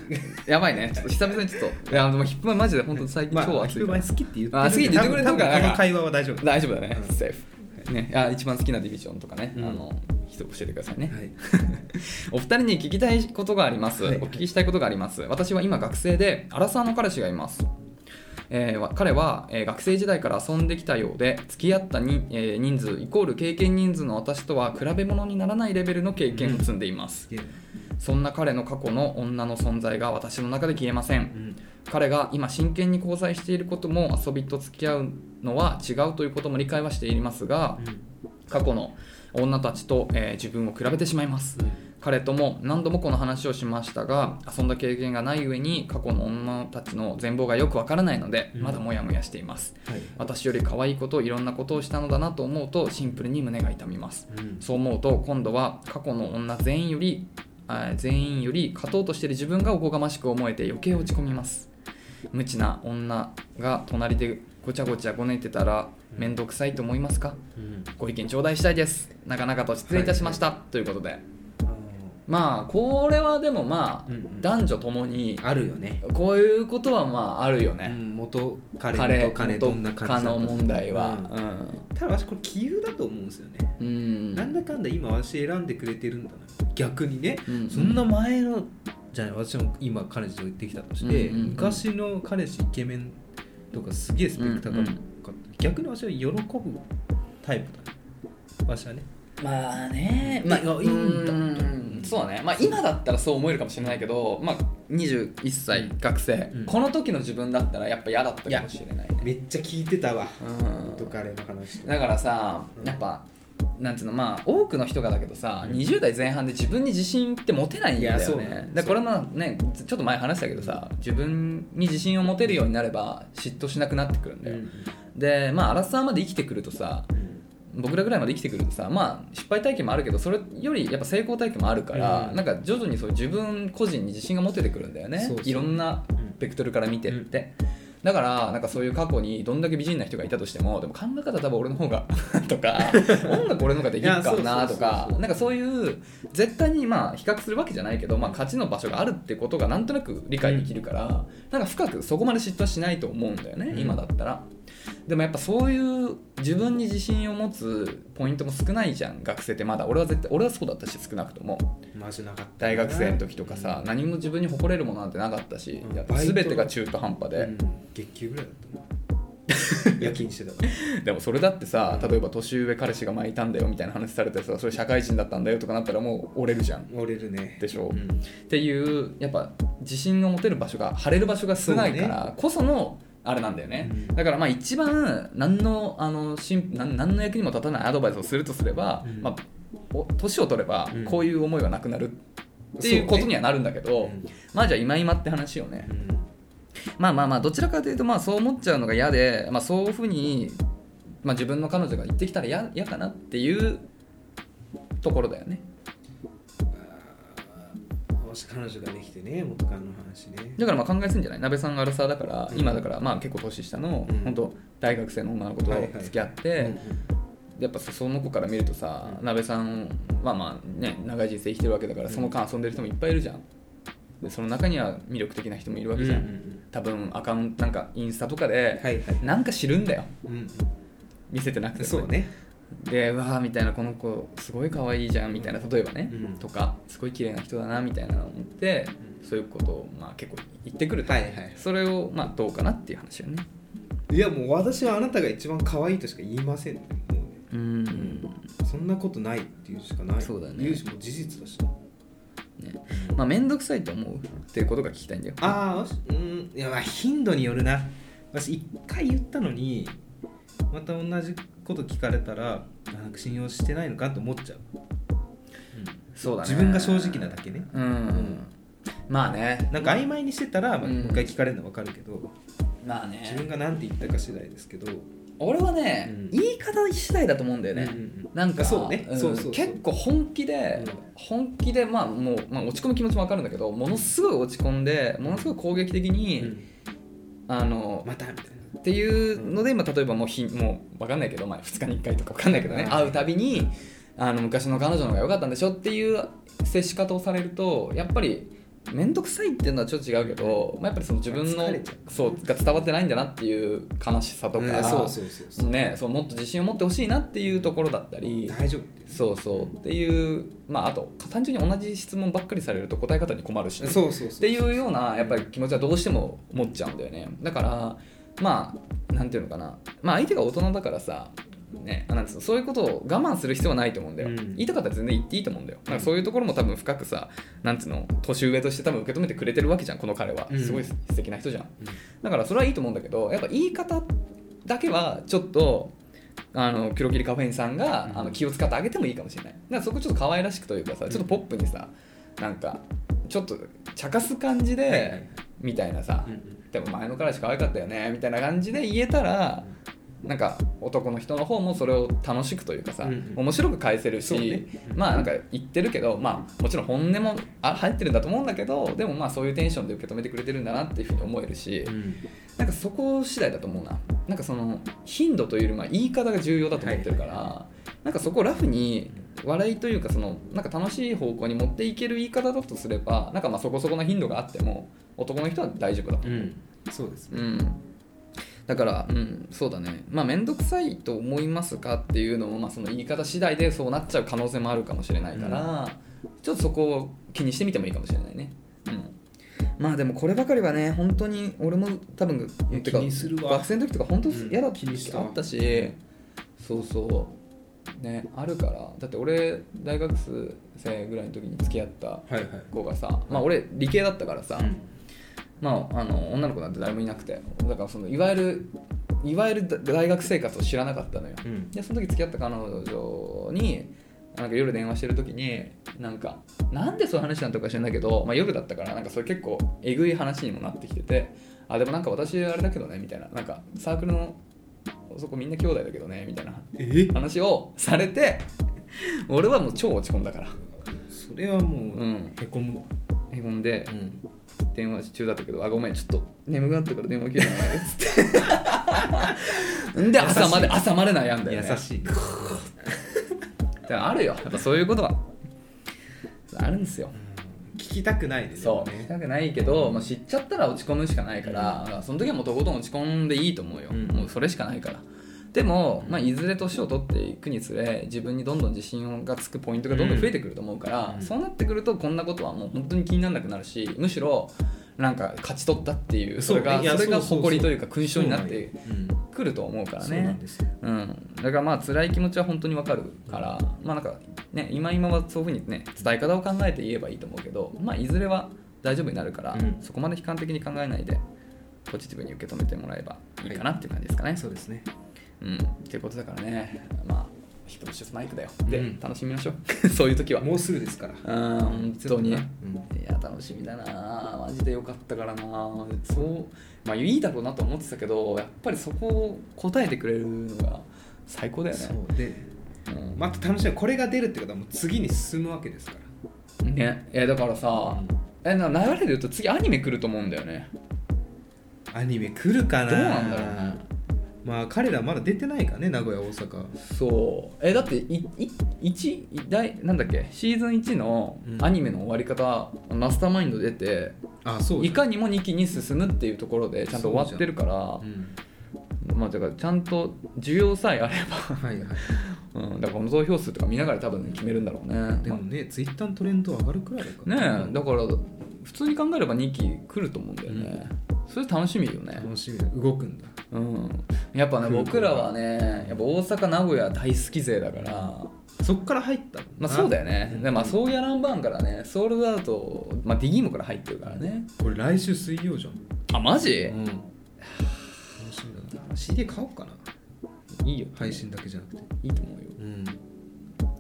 やばいねちょっと久々にちょっといやでもヒップマンマジで本当最近まあ超ヒッ熱いプかマらイ好きって言ってあ好きって言ってくれたのか多分この会話は大丈夫大丈夫だね、うんセーフねあ一番好きなディビジョンとかね、うんあの人教えてくださいね、はいお二人に聞きたいことがあります、はいお聞きしたいことがあります私は今学生でアラサーの彼氏がいます、えーわ彼は、えー学生時代から遊んできたようで付き合ったに、えー人数イコール経験人数の私とは比べ物にならないレベルの経験を積んでいます、すげえそんな彼の過去の女の存在が私の中で消えませうんん彼が今真剣に交際していることも遊びと付き合うのは違うということも理解はしていますが過去の女たちと、えー自分を比べてしまいます彼とも何度もこの話をしましたが遊んだ経験がない上に過去の女たちの全貌がよくわからないのでうんまだモヤモヤしています、はい私より可愛いこといろんなことをしたのだなと思うとシンプルに胸が痛みますうんそう思うと今度は過去の女全員よりあー全員より勝とうとしている自分がおこがましく思えて余計落ち込みます無知な女が隣でごちゃごちゃごねてたら面倒くさいと思いますかうんご意見頂戴したいですなかなかと失礼いたしました、ということであのまあこれはでもまあ、うんうん男女ともにあるよねこういうことはまああるようね、ん元彼彼と彼どんな感じだのった問題はうん多分私これ杞憂だと思うんですよねうん、うんなんだかんだ今私選んでくれてるんだな逆にねうんそんな前のじゃない私も今彼女できたとして、うんうんうん昔の彼氏イケメンとかすげえスペック高かった、うん逆に私は喜ぶタイプだね私はねまあねまあいやいいんだうんそうだねまあ今だったらそう思えるかもしれないけどまあ21歳学生、うんこの時の自分だったらやっぱ嫌だったかもしれないねめっちゃ聞いてたわうん元彼の話とかだからさうんやっぱなんていうのまあ多くの人がだけどさ、20代前半で自分に自信って持てないんだよいやそうねでこれもねちょっと前話したけどさ自分に自信を持てるようになれば嫉妬しなくなってくるんだよ、でまあアラサーまで生きてくるとさ僕らぐらいまで生きてくるとさまあ失敗体験もあるけどそれよりやっぱ成功体験もあるから、うんなんか徐々にそう自分個人に自信が持ててくるんだよねそうそういろんなベクトルから見てって、だからなんかそういう過去にどんだけ美人な人がいたとしてもでも考え方多分俺の方が <laughs> とか音楽俺の方ができるかいやそうそうそうそなうとかなんかそういう絶対にまあ比較するわけじゃないけど、まあ、勝ちの場所があるってことがなんとなく理解できるから、なんか深くそこまで嫉妬はしないと思うんだよね、うん今だったら。でもやっぱそういう自分に自信を持つポイントも少ないじゃん学生ってまだ俺は絶対俺はそうだったし少なくともマジなかった大学生の時とかさ、何も自分に誇れるものなんてなかったし、うんやっぱ全てが中途半端うでん、月給ぐらい <laughs> だったな夜勤してたからでもそれだってさ例えば年上彼氏が前いたんだよみたいな話されてさそれ社会人だったんだよとかなったらもう折れるじゃん折れるねでしょうんっていうやっぱ自信を持てる場所が晴れる場所が少ないからこそのあれなんだよね、うんだからまあ一番何のあのしん何何の役にも立たないアドバイスをするとすれば、うんまあ、お年を取ればうんこういう思いはなくなるっていうことにはなるんだけど、うんまあじゃあ今今って話よね、うんまあまあまあどちらかというとまあそう思っちゃうのが嫌で、まあ、そういうふうに、まあ、自分の彼女が言ってきたら嫌嫌かなっていうところだよねもし彼女ができてね元カノの話ねだからまあ考えすんじゃない鍋さんがアラサーだから、うん今だからまあ結構年下の、うん本当大学生の女の子とはいはい付き合って、やっぱさその子から見るとさ、うん鍋さんはまあね長い人生生きてるわけだからうんその間遊んでる人もいっぱいいるじゃんでその中には魅力的な人もいるわけじゃん、うんうんうん多分アカウントなんかインスタとかで、はいはいなんか知るんだようん見せてなくてもそうねでうわーみたいなこの子すごい可愛いじゃんみたいな例えばね、うんとかすごい綺麗な人だなみたいなのを思って、うんそういうことをまあ結構言ってくると、はいはいそれをまあどうかなっていう話よねいやもう私はあなたが一番可愛いとしか言いませんねもうねうんそんなことないっていうしかないそうだね言うしもう事実だしねまあ面倒くさいと思うっていうことが聞きたいんだよああわしうんいやまあ頻度によるな私一回言ったのにまた同じこと聞かれたらあなんか信用してないのかと思っちゃう、そうだね自分が正直なだけねうん、まあねなんか曖昧にしてたら、まあ、うんもう一回聞かれるのは分かるけど、まあ自分が何て言ったか次第ですけど、俺はね、うん言い方次第だと思うんだよね、うんうんうんなんかそうねんそうそうそう結構本気で、うん本気でまあもう、まあ、落ち込む気持ちも分かるんだけどものすごい落ち込んでものすごい攻撃的に、あのまたみたいっていうので、まあ、例えばもう日もう分かんないけど、まあ、2日に1回とか分かんないけどねうん会うたびにあの昔の彼女の方が良かったんでしょっていう接し方をされるとやっぱり面倒くさいっていうのはちょっと違うけど、まあ、やっぱりその自分の疲れちゃそうが伝わってないんだなっていう悲しさとか、な、うんそうそうそうそう、ね、そうもっと自信を持ってほしいなっていうところだったり。大丈夫ってそうそうっていうまああと単純に同じ質問ばっかりされると答え方に困るしね、そうそうそうっていうようなやっぱり気持ちはどうしても持っちゃうんだよねだからまあなんていうのかなまあ相手が大人だからさね、あなんつうのそういうことを我慢する必要はないと思うんだよ、うん言いたかったら全然言っていいと思うんだよなんかそういうところも多分深くさなんつうの年上として多分受け止めてくれてるわけじゃんこの彼はうんすごい素敵な人じゃうん、んだからそれはいいと思うんだけどやっぱ言い方だけはちょっとあの黒霧カフェインさんが、うんあの気を使ってあげてもいいかもしれないだからそこちょっと可愛らしくというかさちょっとポップにさなんかちょっと茶化す感じで、はいはいはいみたいなさ、うんうんでも前の彼氏可愛かったよねみたいな感じで言えたらなんか男の人の方もそれを楽しくというかさ、うんうん面白く返せるし、そうねうんまあなんか言ってるけど、まあ、もちろん本音もあ入ってるんだと思うんだけどでもまあそういうテンションで受け止めてくれてるんだなっていうふうに思えるし、うんなんかそこ次第だと思うななんかその頻度というよりまあ言い方が重要だと思ってるから、はいはなんかそこをラフに笑いというかそのなんか楽しい方向に持っていける言い方だとすればなんかまあそこそこの頻度があっても男の人は大丈夫だとう思う、んそうですうんだから、うん、そうだねまあ面倒くさいと思いますかっていうのも、まあ、その言い方次第でそうなっちゃう可能性もあるかもしれないから、ちょっとそこを気にしてみてもいいかもしれないね、うん、まあでもこればかりはね本当に俺も多分いやてか気にするわ学生の時とか本当うん嫌だっ気にしたたあったしそうそうねあるからだって俺大学生ぐらいの時に付き合ったはいはい子がさまあ俺理系だったからさ、うんまあ、あの女の子なんて誰もいなくてだからそのいわゆるいわゆる大学生活を知らなかったのようんでその時付き合った彼女になんか夜電話してる時になんかなんでそういう話なんとか知らないけど、まあ、夜だったからなんかそれ結構えぐい話にもなってきててあでもなんか私あれだけどねみたいななんかサークルのそこみんな兄弟だけどねみたいなえ話をされて俺はもう超落ち込んだからそれはもう、うんへこむわへこんでうん電話中だったけど「あごめんちょっと眠くなったから電話切るのない」っつってんで <laughs> 優しい朝まで朝まで悩んだよ、ね、優しいだからあるよやっぱそういうことはあるんですよ聞きたくないですそよう聞きねたくないけど、もう知っちゃったら落ち込むしかないから、うんだからその時はもうとことん落ち込んでいいと思うよ、うんもうそれしかないからでも、まあ、いずれ年を取っていくにつれ自分にどんどん自信がつくポイントがどんどん増えてくると思うから、うんそうなってくるとこんなことはもう本当に気にならなくなるしむしろなんか勝ち取ったっていうそそうれがいやそれそうそがうそう誇りというか勲章になっそうてなんよくると思うかうんらそうなねんですようん、だからまあ辛い気持ちは本当にわかるから、まあなんかね、今今はそういうふうにね伝え方を考えて言えばいいと思うけど、まあ、いずれは大丈夫になるから、うんそこまで悲観的に考えないでポジティブに受け止めてもらえばいいかなっていう感じですかね。そうですねうん、っていうことだからねまあヒップシュスマイクだよで、うん楽しみましょう <laughs> そういう時はもうすぐですからうん本当にねうんいや楽しみだなマジでよかったからなそうまあいいだろうなと思ってたけどやっぱりそこを答えてくれるのが最高だよねそうでうんまた楽しみこれが出るってことはもう次に進むわけですからねえだからさ、うんえな流れで言うと次アニメ来ると思うんだよねアニメ来るかなどうなんだろうねまあ彼らまだ出てないからね名古屋大阪そうえだっていい一い第なんだっけシーズン1のうんアニメの終わり方、マスターマインド出てあそういじゃんかにも2期に進むっていうところでちゃんと終わってるからうんまあだからちゃんと需要さえあれはいはいば、うん、だからこの投票数とか見ながら多分決めるんだろうねでもね、ツイッターのトレンド上がるくらいだからねえだから普通に考えれば2期来ると思うんだよね、それ楽しみよね楽しみだ動くんだうんやっぱね来る僕らはねやっぱ大阪名古屋大好き勢だからそっから入ったまあそうだよよね、でまあソーヤランバーンからねソールドアウト、まあ、ディギーモから入ってるからねこれ来週水曜じゃんあマジうん楽しみだな CD 買おうかないいよ配信だけじゃなくていいと思うようん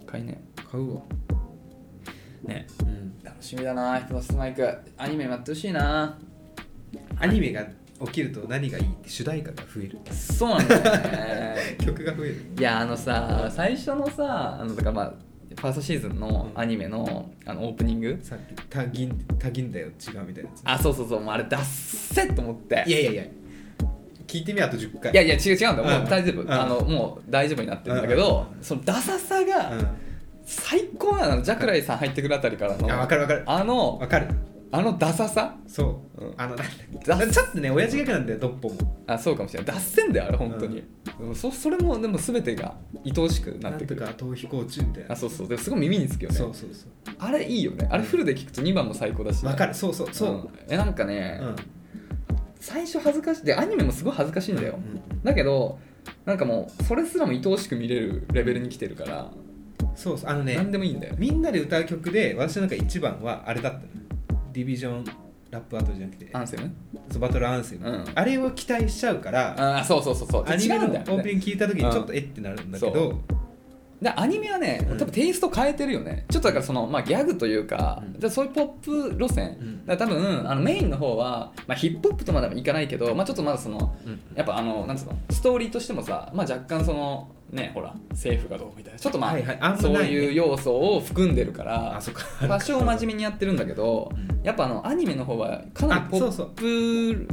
買いね買うわねうん楽しみだなヒトバスマイクアニメ待ってほしいなアニメが起きると何がいいって主題歌が増えるそうなんだよ <laughs> ね曲が増えるいやあのさ最初のさあのだからまあファーストシーズンのアニメのあのオープニングさっき「たぎんたぎんだよ違う」みたいなやつあそうそうそうもうあれダッセッと思っていやいやいや聞いてみあと10回いやいや違う違うんだよもうんう大丈夫、うんあのもう大丈夫になってるんだけど、そのダサさが、う最高なのジャクライさん入ってくるあたりからんいやのわかるわかるあのわかるあのダサさそう、うんあのなんだっダけちょっとね親父ギャグなんだよドッポもあそうかもしれない脱線だよあれ本当に、うん、そそれもでも全てが愛おしくななんってとくるか逃避行中みたいなあそうそうでもすごい耳につくよねそうそうそあれいいよねあれフルで聞くと2番も最高だしうね、わかるそうそうそう、んえなんかうね、ん最初恥ずかしいでアニメもすごい恥ずかしいんだよ、うんだけどなんかもうそれすらも愛おしく見れるレベルに来てるから、そうそうあの何ねでもいいんだよみんなで歌う曲で私の中一番はあれだったのディビジョンラップアートじゃなくてアンセムそうバトルアンセム、うんあれを期待しちゃうからああそうそうそうそうアニメ違のオうんだよねープニング聞いた時にちょっとえってなるんだけど、でアニメはねうん多分テイスト変えてるよね、ちょっとだからその、まあ、ギャグというか、うんでそういうポップ路線、うんだから多分あのメインの方は、まあ、ヒップホップとまではいかないけど、まあ、ちょっとまだそのうんやっぱあのなんつうのストーリーとしてもさ、まあ、若干そのねほら政府がどうみたいなちょっとまあ,、はいはいあんまないそうねいう要素を含んでるかあらそっか <laughs> 多少真面目にやってるんだけどうんやっぱあのアニメの方はかなりポあそうそうップ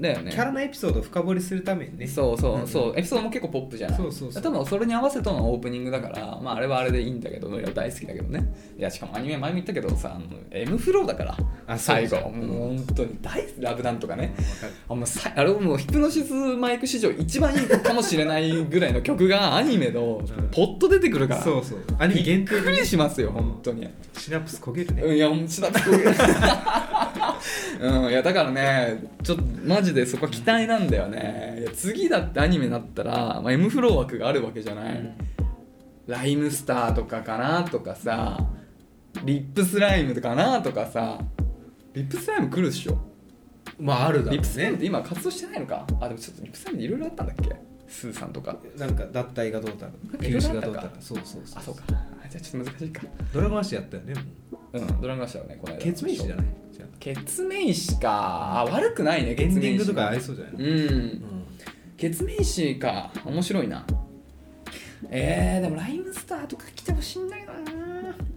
だよねキャラのエピソードを深掘りするためにねそうそうそう、うんエピソードも結構ポップじゃないそうそうそう多分それに合わせたのオープニングだから、まあ、あれはあれでいいんだけどいや大好きだけどねいやしかもアニメ前も言ったけどさあの M フローだからあそう最です後かもう本当に大好きラブなんとかねわかるあもうさあれもうヒプノシスマイク史上一番いいかもしれないぐらいの曲がアニメのんポッと出てくるから、そうそうアニメ限びっ定くでりしますよ本当に。シナプス焦げるね、うんいや、もちろん。うん、いやだからねちょっとマジでそこは期待なんだよねいや次だってアニメだったら、まあ、M フロー枠があるわけじゃない、ライムスターとかかなとかさリップスライムかなとかさリップスライム来るっしょ <laughs> まああるだろリップうスライムっねて今活動してないのかあでもちょっとリップスライムいろいろあったんだっけスーさんとかなんか脱退がどうたらんか休いろいろ止あがったどうかたらそうそうそうあそうかあじゃあちょっと難しいかドラマ足やったよねもううんドラムマシだねこの間ケツメイシじゃないじゃあケツメイシかあ悪くないねエケツンデメィンイグシとか合いそうじゃないの、うんうん月面師か面白いなえー、でもライムスターとか来てほしいんだけどな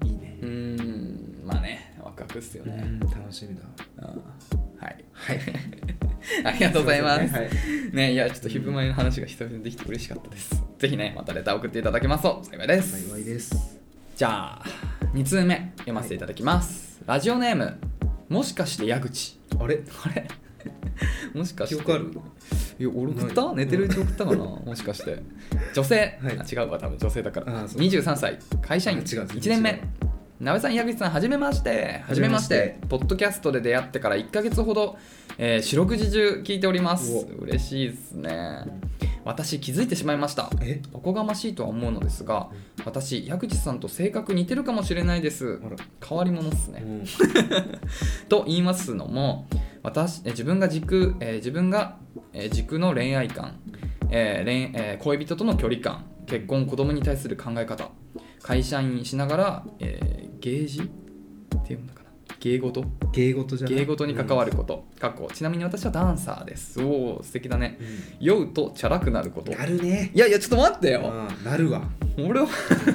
いいねう。ーんまあねワクワクっすよね、楽しみだ。うんはいはい <laughs> ありがとうございますはいねいやちょっとヒブマイの話が久々にできて嬉しかったですぜひねまたレター送っていただけますと幸いです幸いです。じゃあ2通目読ませていただきます、ラジオネームもしかして矢口あれあれ <laughs> もしかして記憶あるいや俺送っなたい寝てるうち送ったかなもしかして女性、はいあ違うわ多分女性だからあそう23歳会社員あ違う1年目全然違うなべさん矢口さんはじめましてははじじめめままししててポッドキャストで出会ってから1か月ほど、えー四六時中聞いておりますお嬉しいですね私気づいてしまいましたえおこがましいとは思うのですが私矢口さんと性格似てるかもしれないですあら変わり者っすね、うんと言いますのも私え自分が軸、えー自分がえー軸の恋愛観、えー恋えー恋人との距離感結婚子供に対する考え方会社員しながら、えー芸事っていうんだかな芸事芸事じゃない芸事に関わること、かっこちなみに私はダンサーですおお素敵だねうん酔うとチャラくなることなるね。いやいやちょっと待ってよああなるわ。俺は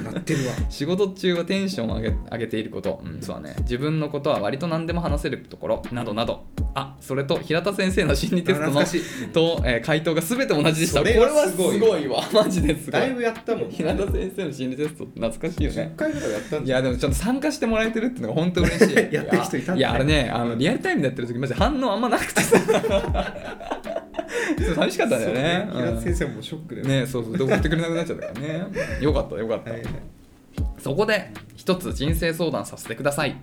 なってるわ仕事中はテンションを上げ上げていること、うん、そうだね自分のことは割と何でも話せるところなどなどあそれと平田先生の心理テスト懐のかしいと、えー回答が全て同じでしそたこれれははすすごいごいわ <laughs> マジですごだいいぶやったもん平田先生の心理テストって懐かしいよね10回ぐらいやったんいじゃやでもちょっと参加してもらえてるってのが本当嬉しいやってる人いたんだねい <laughs> やあれねあのリアルタイムでやってる時マジで反応あんまなくてさ寂しかったんだよねそう平田うん先生もショックだよ <laughs> ねそうそうで送ってくれなくなっちゃったからねよかったよかった、はいはいそこで一つ人生相談させてください、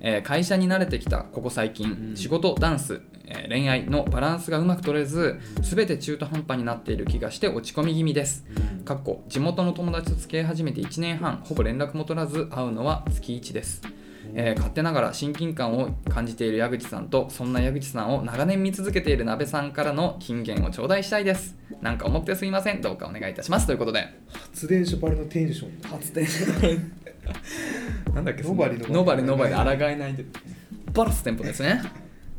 えー会社に慣れてきたここ最近、うん仕事ダンス、えー恋愛のバランスがうまく取れず全て中途半端になっている気がして落ち込み気味ですかっこ地元の友達と付き合い始めて1年半ほぼ連絡も取らず会うのは月1です、えー勝手ながら親近感を感じている矢口さんとそんな矢口さんを長年見続けている鍋さんからの金言を頂戴したいですなんか重くてすいませんどうかお願いいたしますということで発電所バリのテンションだ発電なんだっけノバリノノババリリノバリ抗えないでバラすテンポですね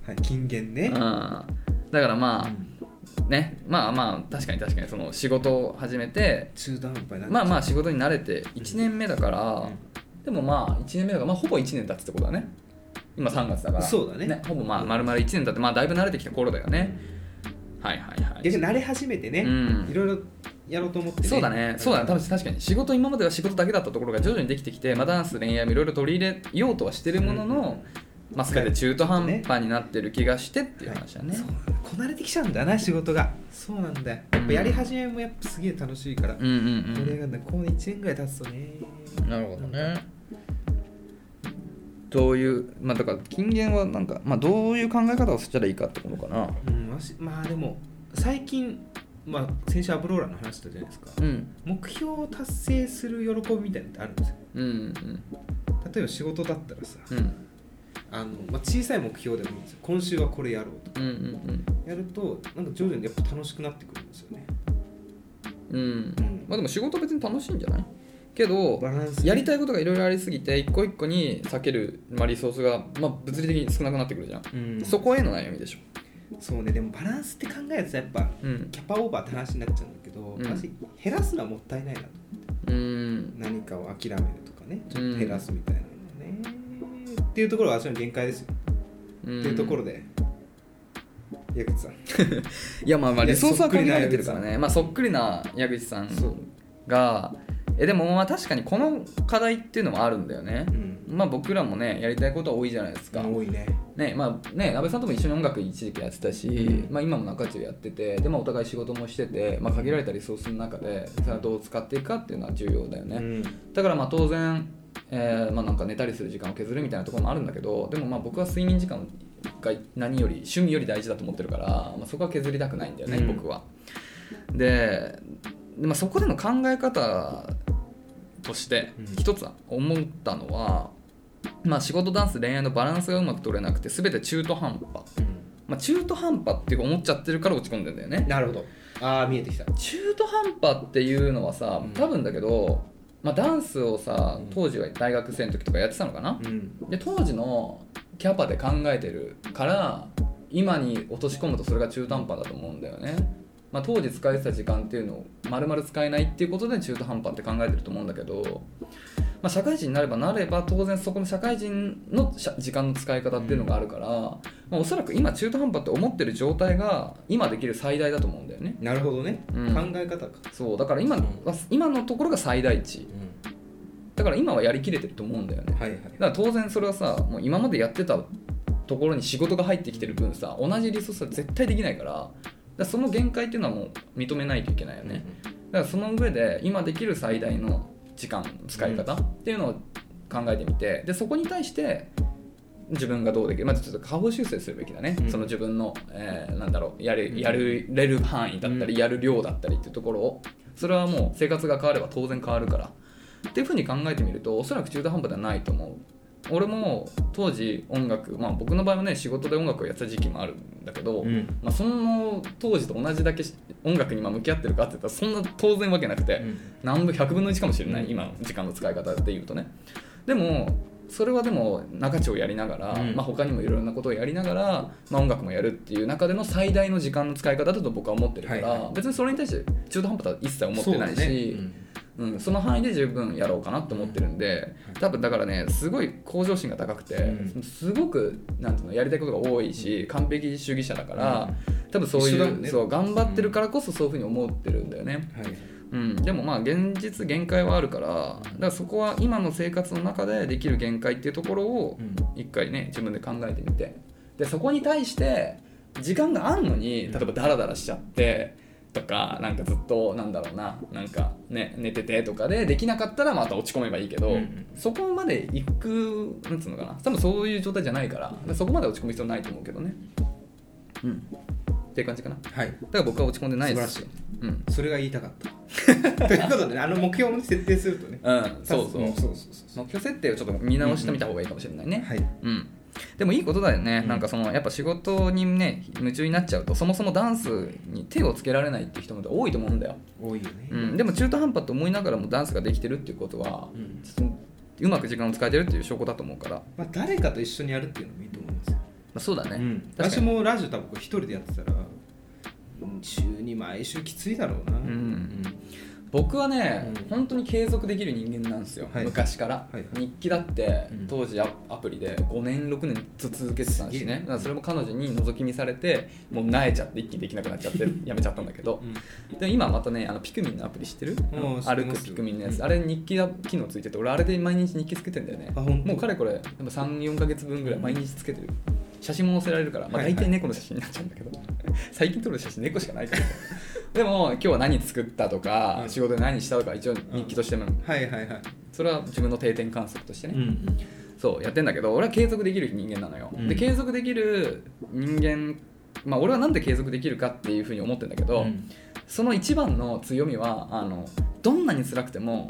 はい金言うねんだからまあねまあまあ確かに確かにその仕事を始めて中途半端になまあまああ仕事に慣れて1年目だから、でもまあ1年目だから、まあ、ほぼ1年経つってことだね今3月だからそうだねほぼまあ丸々1年経ってまあだいぶ慣れてきた頃だよねはいはいはい逆に慣れ始めてねうんいろいろやろうと思ってそうだね、そうだね、多分確かに仕事、今までは仕事だけだったところが徐々にできてきて、まあ、ダンス、恋愛もいろいろ取り入れようとはしてるものの、まあ、すべて中途半端になってる気がしてっていう話だね。そうなんだこなれてきちゃうんだな仕事がそうなんだよやっぱやり始めもやっぱすげえ楽しいから、うんうん盛り上がるんだこの1年ぐらい経つとねうん。なるほどね。どういう、まあ、だから、金言はなんか、まあ、どういう考え方をしたらいいかってことかな。うんわしまあでも最近まあ先週アブローラの話したじゃないですかうん、目標を達成する喜びみたいなのってあるんですようん、うん、例えば仕事だったらさうん、あの、まあ、小さい目標でもいいんですよ今週はこれやろうとうん、うん、やるとなんか徐々にやっぱ楽しくなってくるんですよねうん、うん、まあ、でも、仕事は別に楽しいんじゃない。けど、バランスねやりたいことがいろいろありすぎて一個一個に避ける、まあ、リソースが、まあ、物理的に少なくなってくるじゃん、うんそこへの悩みでしょそうねでもバランスって考えるとやっぱうんキャパオーバーって話になっちゃうんだけど、うん私減らすのはもったいないなとうん何かを諦めるとかねちょっと減らすみたいなのね、っていうところが私の限界ですよ、うんっていうところで矢口さんいやまあまあいやリソースは限られてるそかっらくりなねまあそっくりな矢口さんそうがえでもまあ確かにこの課題っていうのもあるんだよね、うんまあ僕らもねやりたいことは多いじゃないですか、多いねねまあね安倍さんとも一緒に音楽一時期やってたし、うんまあ、今も中中やっててで、まあ、お互い仕事もしてて、まあ、限られたリソースの中でそれはどう使っていくかっていうのは重要だよね、うんだからまあ当然、えーまあ、なんか寝たりする時間を削るみたいなところもあるんだけどでもまあ僕は睡眠時間が何より趣味より大事だと思ってるから、まあ、そこは削りたくないんだよね、うん僕は。で、でまあ、そこでの考え方としてうん一つ思ったのは、まあ、仕事ダンス恋愛のバランスがうまく取れなくて全て中途半端、まあ、中途半端って思っちゃってるから落ち込んでんだよね。なるほどああ見えてきた中途半端っていうのはさうん多分だけど、まあ、ダンスをさうん当時は大学生の時とかやってたのかな、うんで当時のキャパで考えてるから今に落とし込むとそれが中途半端だと思うんだよね、まあ、当時使えてた時間っていうのを丸々使えないっていうことで中途半端って考えてると思うんだけど、まあ、社会人になればなれば当然そこの社会人のしゃ時間の使い方っていうのがあるから、まあ、おそらく今中途半端って思ってる状態が今できる最大だと思うんだよねなるほどね、うん考え方か、そうだから今は今のところが最大値だから今はやりきれてると思うんだよねはいはいだから当然それはさもう今までやってたところに仕事が入ってきてる分さ同じリソースは絶対できないからだからその限界っていうのはもう認めないといけないよねだからその上で今できる最大の時間使い方っていうのを考えてみてでそこに対して自分がどうできるまずちょっと下方修正するべきだね、うんその自分の、えーなんだろうやうるんやるれる範囲だったり、うんやる量だったりっていうところをそれはもう生活が変われば当然変わるからっていうふうに考えてみるとおそらく中途半端ではないと思う俺も当時音楽まあ僕の場合はね仕事で音楽をやってた時期もあるんだけど、うんまあ、その当時と同じだけし音楽に今向き合ってるかって言ったらそんな当然わけなくて、うん何分100分の1かもしれない、うん今の時間の使い方で言うとねでもそれはでも中地をやりながら、うんまあ、他にもいろんなことをやりながら、まあ、音楽もやるっていう中での最大の時間の使い方だと僕は思ってるから、はいは別にそれに対して中途半端とは一切思ってないしそうだねうんうんその範囲で十分やろうかなと思ってるんで、多分だからねすごい向上心が高くて、うすごくなんていうのやりたいことが多いし、完璧主義者だから、多分そう一緒いだもんう,、ねそう頑張ってるからこそそういうふうに思ってるんだよね。はいうん、でもまあ現実限界はあるからだからそこは今の生活の中でできる限界っていうところをうん一回ね自分で考えてみてでそこに対して時間があんのに例えばダラダラしちゃってとかなんかずっとなんだろうななんか、ね、寝ててとかでできなかったらまた落ち込めばいいけど、うんうんそこまで行くなんつうのかな多分そういう状態じゃないからだからそこまで落ち込む必要ないと思うけどねうんっていう感じかなだはいから僕は落ち込んでないです素晴らうんそれが言いたかった <laughs> ということでねあの目標を設定するとねうん、そうそう多分そうそうそう目標設定をちょっと見直してみた方がいいかもしれないね、はいうん、でもいいことだよね、うんなんかそのやっぱ仕事にね夢中になっちゃうとそもそもダンスに手をつけられないって人も多いと思うんだよ、多いよねうん、でも中途半端と思いながらもダンスができてるっていうことは、うんうまく時間を使えてるっていう証拠だと思うから、ままあ誰かと一緒にやるっていうのもいいと思いますよあ、そうだね、うん確か私にもラジオ多分一人でやってたらうん週に毎週きついだろうなうん僕はね、うん本当に継続できる人間なんですよ、はい昔から、はい日記だってうん当時アアプリで5年6年ずつ続けてたすしげえねだからそれも彼女に覗き見されてもう萎えちゃって一気にできなくなっちゃってやめちゃったんだけどでも今またねあのピクミンのアプリ知ってるあー知ってます歩くピクミンのやうつんあれ日記機能ついてて俺あれで毎日日記つけてんだよねあ本当もうかれこれ34か月分ぐらい毎日つけてる写真も載せられるから、まあ、はいはい大体猫の写真になっちゃうんだけど、 <laughs> 最近撮る写真猫しかないから <laughs> でも今日は何作ったとか、うん仕事で何したとか一応日記としても、はいはいはいそれは自分の定点観測としてね、んそうやってんだけど俺は継続できる人間なのよ、うんで継続できる人間まあ俺はなんで継続できるかっていうふうに思ってんだけど、うんその一番の強みはあのどんなに辛くても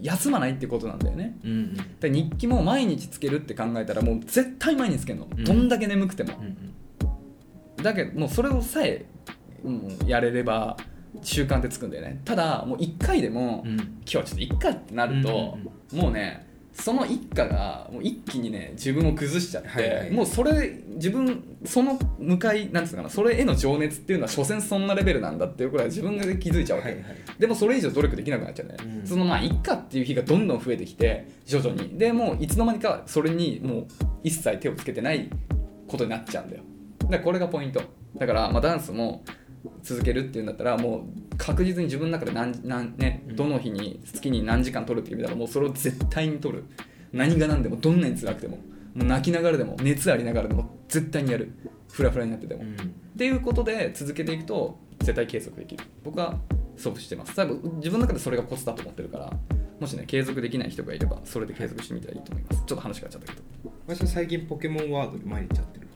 休まないってことなんだよねうんうんで日記も毎日つけるって考えたらもう絶対毎日つけるの、うんどんだけ眠くてもう、んだけどもうそれをさえ、うん、やれれば習慣ってつくんだよねただもう1回でも、うんうん今日はちょっといっかってなると、もうねその一家がもう一気にね自分を崩しちゃって、はいはいもうそれ自分その向かいなんていうのかなそれへの情熱っていうのは所詮そんなレベルなんだっていうくらい自分が気づいちゃうわはけ、いはいでもそれ以上努力できなくなっちゃうね、うんそのまあ一家っていう日がどんどん増えてきて徐々にでもういつの間にかそれにもう一切手をつけてないことになっちゃうんだよだからこれがポイントだからまあダンスも続けるっていうんだったらもう確実に自分の中で何何、ねう、んどの日に月に何時間取るって決めたらもうそれを絶対に取る何が何でもどんなに辛くてももう泣きながらでも熱ありながらでも絶対にやるフラフラになってても、うんっていうことで続けていくと絶対継続できる僕はそうしてます多分自分の中でそれがコツだと思ってるからもしね継続できない人がいればそれで継続してみたらいいと思いますちょっと話変わっちゃったけど私は最近ポケモンワードに毎日やってる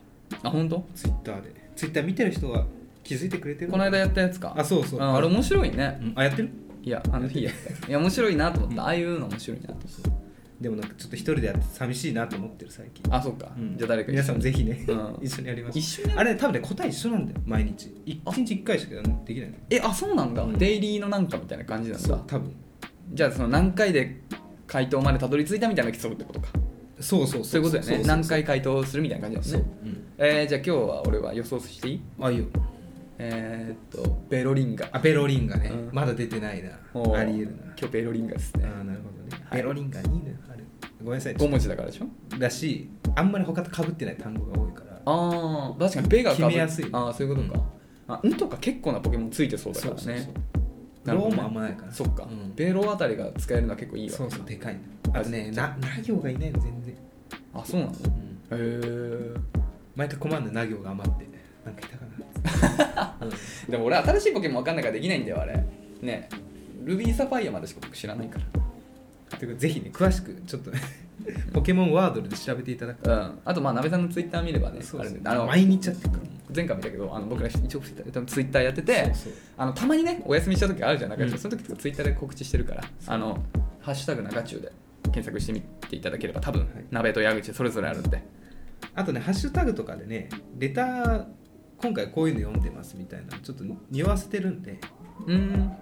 わあ本当？ツイッターでツイッター見てる人が気づいてくれてるこの間やったやつかあそうそうああれ面白いねうんあやってるいやあの日やったいや面白いなと思ったああいうの面白いなと思ったでもなんかちょっと一人でやって寂しいなと思ってる最近あそうか、うんじゃあ誰か皆さんもぜひねうん一緒にやりましょう一緒にやるあれ多分ね答え一緒なんだよ毎日一あ日一回しかできないのえあそうなんだ、うんデイリーのなんかみたいな感じなんそだう多分じゃあその何回で回答までたどり着いたみたいなのを競うってことかそうそうそういうことだよね何回回答するみたいな感じだそうようねんえー、じゃあ今日は俺は予想していいあいいよえー、っとベロリンガあベロリンガねうんまだ出てないなおーありえるな今日ベロリンガですねあーなるほどねはいベロリンガいいねあれごめんなさい5文字だからでしょだしあんまり他とかぶってない単語が多いからああ確かにベがかぶ決めやすいああそういうことか、あんとか結構なポケモンついてそうだからねそうそうなるロほどーねもあんまないからそっか、うんベロあたりが使えるのは結構いいわそうそうでかいのあとねなな行がいないの全然あそうなのへうんえ毎回困るのな行が余ってなんかいたか <laughs> なうんでも俺新しいポケモンわかんないからできないんだよあれねルビーサファイアまでしか僕知らないとかいうことでぜひね詳しくちょっとねポケモンワードで調べていただくらうんあとまあ鍋さんのツイッター見ればねそうあそうれねあの毎日やってるから前回見たけどあの僕ら一応ツイッターツイッターやっててそうそうあのたまにねお休みした時あるじゃん中中、うんその時とかツイッターで告知してるから「あのハッシュタグ中中」で検索してみていただければ多分、はい鍋と矢口それぞれあるんであとねハッシュタグとかでねレター今回こういうの読んでますみたいなのちょっと匂わせてるんでうーん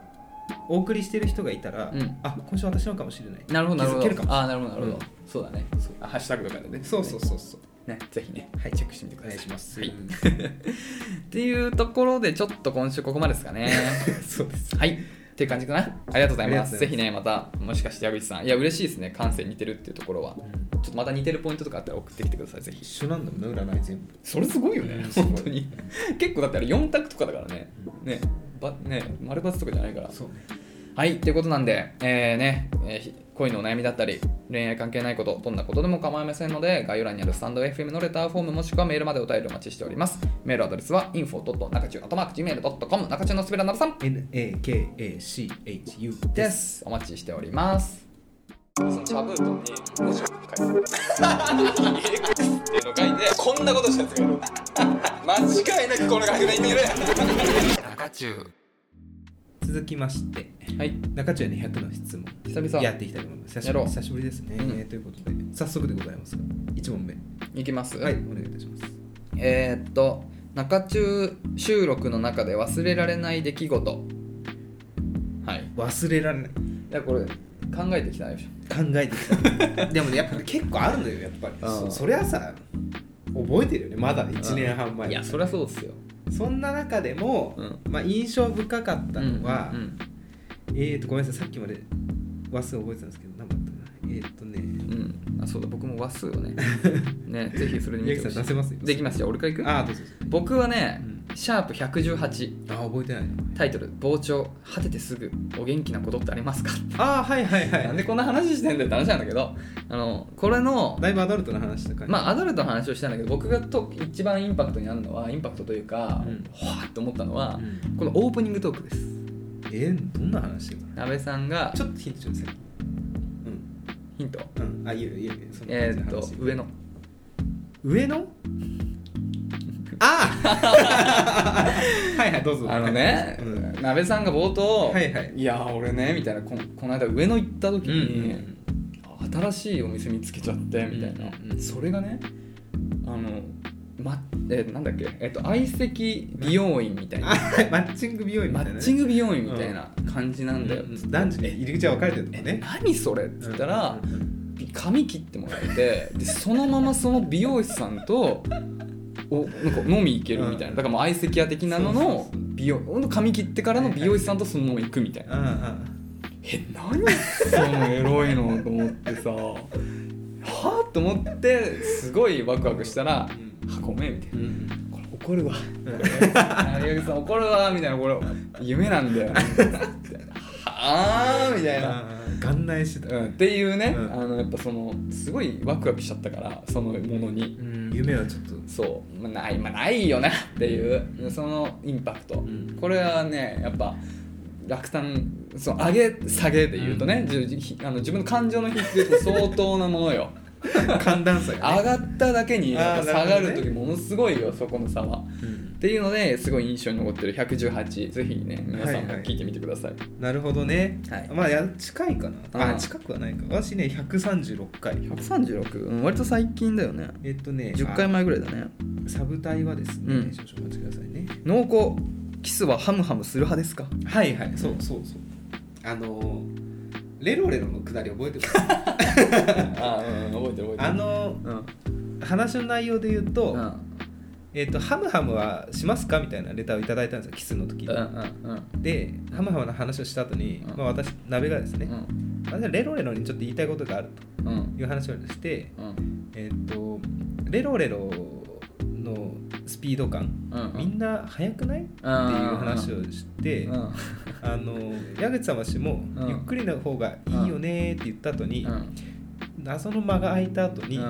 お送りしてる人がいたら、うんあ今週私のかもしれないなるほどなるほ気づけるかもどしあーなるほどなるほど、うんそうだねそうあハッシュタグとかでねそうそうそうそうねぜひね、はいチェックしてみておくださ願いいします、はいうんっていうところでちょっと今週ここまでですかね <laughs> そうですはいっていう感じかなありがとうございありがとうますございますぜひねまたもしかして矢口さんいや嬉しいですね感性似てるっていうところはちょうんっとまた似てるポイントとかあったら送ってきてくださいぜひ一緒なんだもんね占い全部それすごいよねうんすごい本当に結構だってあれ4択とかだからねねばね丸×とかじゃないからそうねはいということなんで、えーねえーひ恋のお悩みだったり恋愛関係ないことどんなことでも構いませんので概要欄にあるスタンド FM のレターフォームもしくはメールまでお便りお待ちしておりますメールアドレスは info.nakachu.gmail.com 中中のすべらなるさん NAKACHU でですすお待ちしておりますそのチャブートに文字を書いてっていうの書いてこんなことしたやつがいる間違いなくこの学年にいる中中続きまして <laughs> はい中中200の質問久々やっていきたいと思います久やしぶろうり久しぶりですね、うんえーということで早速でございますが1問目いきますはいお願いいたしますえーっと中中収録の中で忘れられない出来事はい忘れられないいやこれ考えてきたでし考えてきたでもねやっぱり結構あるのよやっぱりうんそそりゃさ覚えてるよねまだょ1年半前いやそりゃそうですよそんな中でも、うんまあ、印象深かったのは、うんうんえーとごめんなさいさっきまで忘れ覚えてたんですけど何だったかなえーとねうんあそうだ僕も和数を <laughs> ねねぜひそれに見宮城てほさん出しせますよいできますよ俺から行くああどうぞどうぞ僕はね、うシャープ118あ覚えてないタイトル「傍聴果ててすぐお元気なことってありますか?」ああはいはいはいなんでこんな話してんだよって話なんだけどあのこれのだいぶアダルトな話とかまあアダルトの話をしたんだけど僕がと一番インパクトになるのはインパクトというか、うんほわっと思ったのは、うんこのオープニングトークですえー、どんな話かな安倍さんがちょっとヒントちょうだいうんヒントうんあいいよいいよいいよそんなえ感ーっじのと話上の上のああはいはいどうぞあのね、うん安倍さんが冒頭「はいはいやー俺ね」みたいなここの間上野行った時うんに、新しいお店見つけちゃってみたいな、うんうんうんそれがねあの、まえなんだっけ、えっと相席美容院みたいあな、マッチング美容院みマたいなねッチング美容院みたいな感じなんだよ、うん男女ね入り口は分かれてるとかえね何それっつったら、うん髪切ってもらえてでそのままその美容師さんとおなんか飲み行けるみたいな、うんだからもう相席屋的なのそうそうのそう美容ほんと髪切ってからの美容師さんとそのまま行くみたいな、うんうんえ何そのエロいのと思ってさはあと思ってすごいワクワクしたら「あごめん」みたいな。うんこれ怒るわ。あ矢口さん怒るわみたいなこれ夢なんだよ。はあみたいな。眼内してたうん、っていうね、うんあのやっぱそのすごいワクワクしちゃったからそのものにうん夢はちょっとそう、まあ、ない、まあ、ないよなっていうそのインパクト、んこれはねやっぱ落胆その上げ下げで言うとね、じゅひあの自分の感情の比率で言うと相当なも <laughs> のよ寒暖差が上ねがっただけにやっぱあー下ながるほどねる時ものすごいよそこの差は。うんっていうのですごい印象に残ってる118ぜひね皆さんも聞いてみてください、なるほどねはいまあや近いかなうんあ近くはないか私ね136回136、うん、割と最近だよねえっとね10回前ぐらいだねあサブ隊はですうねん少々お待ちくださいね濃厚キスはハムハムする派ですかはいはいそうそうそうあのレロレロのくだり覚えてますあうん覚えてる覚えてる <laughs> あのうん話の内容で言うと、うんえっとハムハムはしますかみたいなレターをいただいたんですよキスの時に、うんでハムハムの話をした後に、うんまあ、私鍋がですね、うん私はレロレロにちょっと言いたいことがあるうんうんという話をしてうんえっ、とレロレロのスピード感うんみんな速くないっていうな話をしてうんあの矢口さんはしもうんゆっくりの方がいいよねって言った後にうん謎の間が空いた後うにん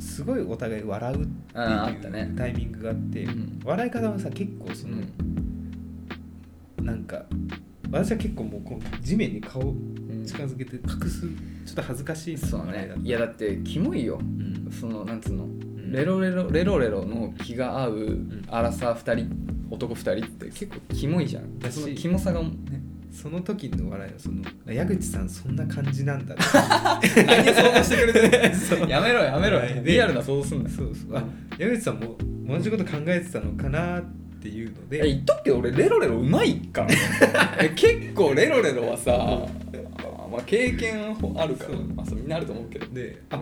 すごいお互い笑うってうんあったいねうタイミングがあってうん笑い方もさ結構そのなんか私は結構もうこう地面に顔をうん近づけて隠すちょっと恥ずかしいそう笑いねだったいやだってキモいようんそのなんつうのんレロレロレロレロの気が合うアラサー2人男2人って結構キモいじゃんだしそのキモさがねその時の笑いはその矢口さんそんな感じなん <laughs> だって何を想像してくれてるそうやめろやめろはいリアルな想像すんなよそうそうあ矢口さんも同じこと考えてたのかなってっていうのえで言っとくけど俺レロレロうまいからねえ結構レロレロはさ、まあ、まあ経験あるから、まあ、そうみんなあると思うけどであ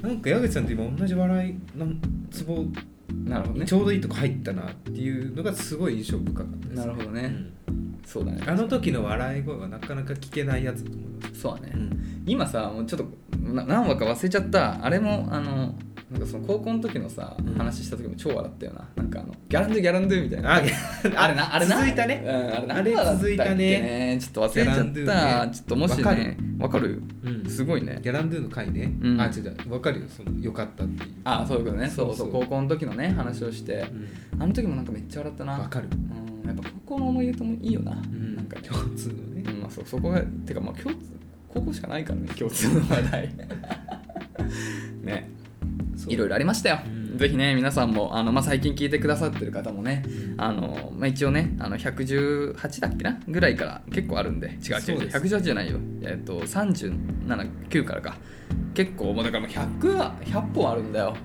なんか矢口さんと今同じ笑いなんツボなるほどねちょうどいいとこ入ったなっていうのがすごい印象深かったですなるほどねそうだねうんあの時の笑い声はなかなか聞けないやつだと思います、そうだね、今さもうちょっとな何話か忘れちゃったあれもあのなんかその高校の時のさ、うん話した時も超笑ったよななんかあのギャランドゥギャランドゥみたいなあ <laughs> あれなあれな続いたねうん、あれなあれ続いたねちょっと忘れちゃギャラった、ンドゥねちょっともしねわわかかるるうんすごいねギャランドゥの回ね、うんあ違う違うわかるよそのよかったっていうあそういうことねそうそうそうそう高校の時のね話をしてうあの時もなんかめっちゃ笑ったんわ、なかる、うんやっぱ高校の思い出ともいいよな、うん、ななんんかかね、共通のねうんまあ、そうそこがてかまあ共通高校しかないからね共通の話題 <laughs> ねそういろいろありましたよ、うんぜひね皆さんもあの、まあ、最近聞いてくださってる方もねあの、まあ、一応ねあの118だっけなぐらいから結構あるんで違う違うそう違うです118じゃないよ、えっと379からか結構もうだからもう 100, は100本あるんだよ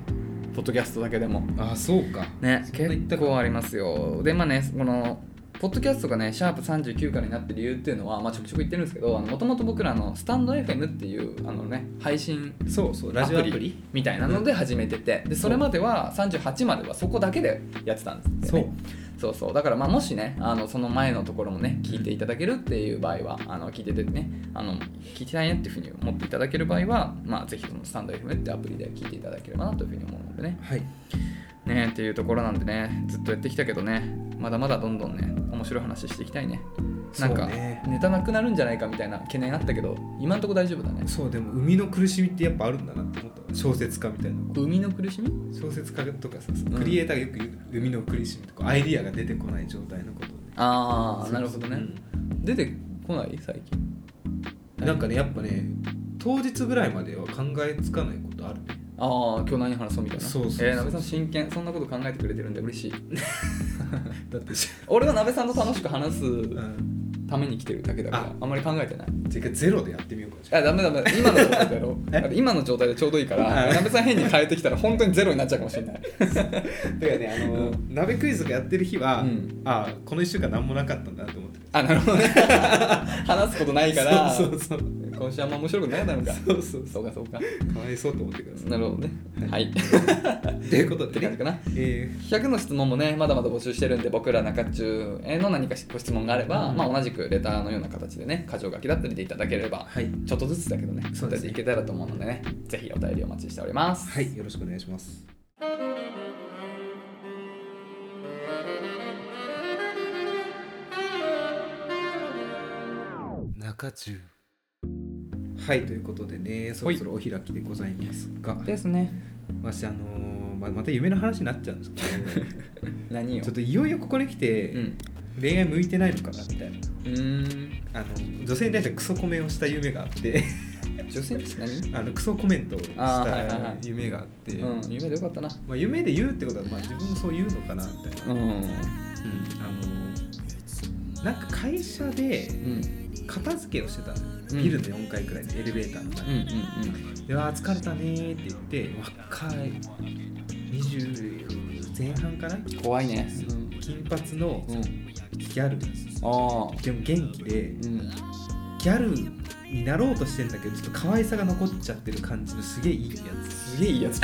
ポッドキャストだけでもあそうかねそんな言った結か構ありますよでまあねこのポッドキャストがねシャープ39からになってる理由っていうのは、まあ、ちょくちょく言ってるんですけどもともと僕らのスタンド FM っていうあの、ね、配信そうそうラジオアプリみたいなので始めてて、でそれまでは38まではそこだけでやってたんです、そね、うそうそうだからまあもしねあのその前のところもね聞いていただけるっていう場合はあの聞いててねあの聞きたいなっていうふうに思っていただける場合は、まあ、ぜひこのスタンド FM ってアプリで聞いていただければなというふうに思うのでねはいねっていうところなんでねずっとやってきたけどねまだまだどんどんね面白い話していきたいねなんかそうねネタなくなるんじゃないかみたいな懸念あったけど今んとこ大丈夫だねそうでも生みの苦しみってやっぱあるんだなって思った小説家みたいな生みの苦しみ小説家とかさクリエイターがよく言う生みの苦しみとかアイディアが出てこない状態のことをねああそうなるほどね、出てこない最近うんなんかねやっぱね当日ぐらいまでは考えつかないことあるねああ今日何話そうみたいなそうそうそうえー、鍋さん真剣そんなこと考えてくれてるんで嬉し <laughs> い <laughs> だってし俺は鍋さんと楽しく話すうんために来てるだけだからああんまり考えてないてかゼロでやってみようかもしれないあダメダメ今の状態だろ <laughs> えだって今の状態でちょうどいいからはい鍋さん変に変えてきたら本当にゼロになっちゃうかもしれないだからねあの、鍋クイズがやってる日は、うんああこの1週間何もなかったんだなと思ってあなる <laughs> ほどね話すことないからそうそうそう今週あんま面白くないだろうかそうそうそうかそうかかわいそうと思ってくださなるほどねはいい <laughs> ということってで感ねじかなえ100の質問もねまだまだ募集してるんで僕ら中中への何かご質問があれば、うんまあ、同じくレターのような形でね箇条書きだったりでいただければー、はいちょっとずつだけどねそうですね答えていけたらと思うのでねぜひお便りお待ちしております、はいよろしくお願いします中中はいということでねそろそろお開きでございますがですね私あのーまあ、また夢の話になっちゃうんですけ <laughs> 何よどちょっといよいよここに来て、うん恋愛向いてないのかなみたいなうーあの女性に対してクソコメをした夢があって <laughs> ん女性って何あのクソコメントをしあーはいはいはたい夢があってうん夢でよかったなまあ、夢で言うってことは、まあ、自分もそう言うのかなみたいな、うんあのなんか会社でうん片付けをしてたのようんビルの4階くらいのエレベーターの中うんうでん「でわー疲れたね」って言って若い20前半かなうん怖いね金髪のうん、うん、ギャルああでも元気でうんギャルになろうとしてんだけどちょっと可愛さが残っちゃってる感じのすげえいいやつすげえいいやつ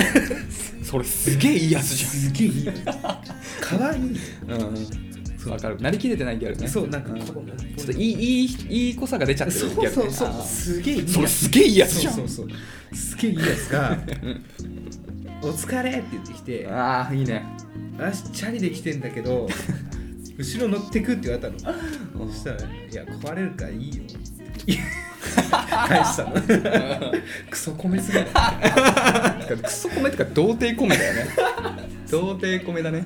<laughs> それすげえいいやつじすげえいいやつ可愛いゃんうんうんわかるなりきれてないギャル <laughs> ねそうなんかちこょうっといいいいいい濃さが出ちゃってるギャルそうねそうそうあーすげえいいやつそれすげえいいやつじゃんそうそうそうすげえいいやつがん「お疲れ」って言ってきてああいいね「私チャリで来てんだけど後ろ乗ってく」って言われたのそしたら「いや壊れるからいいよ」って返したのクソ米すぎるクソ米ってか童貞米だよ <laughs> ね童貞米だね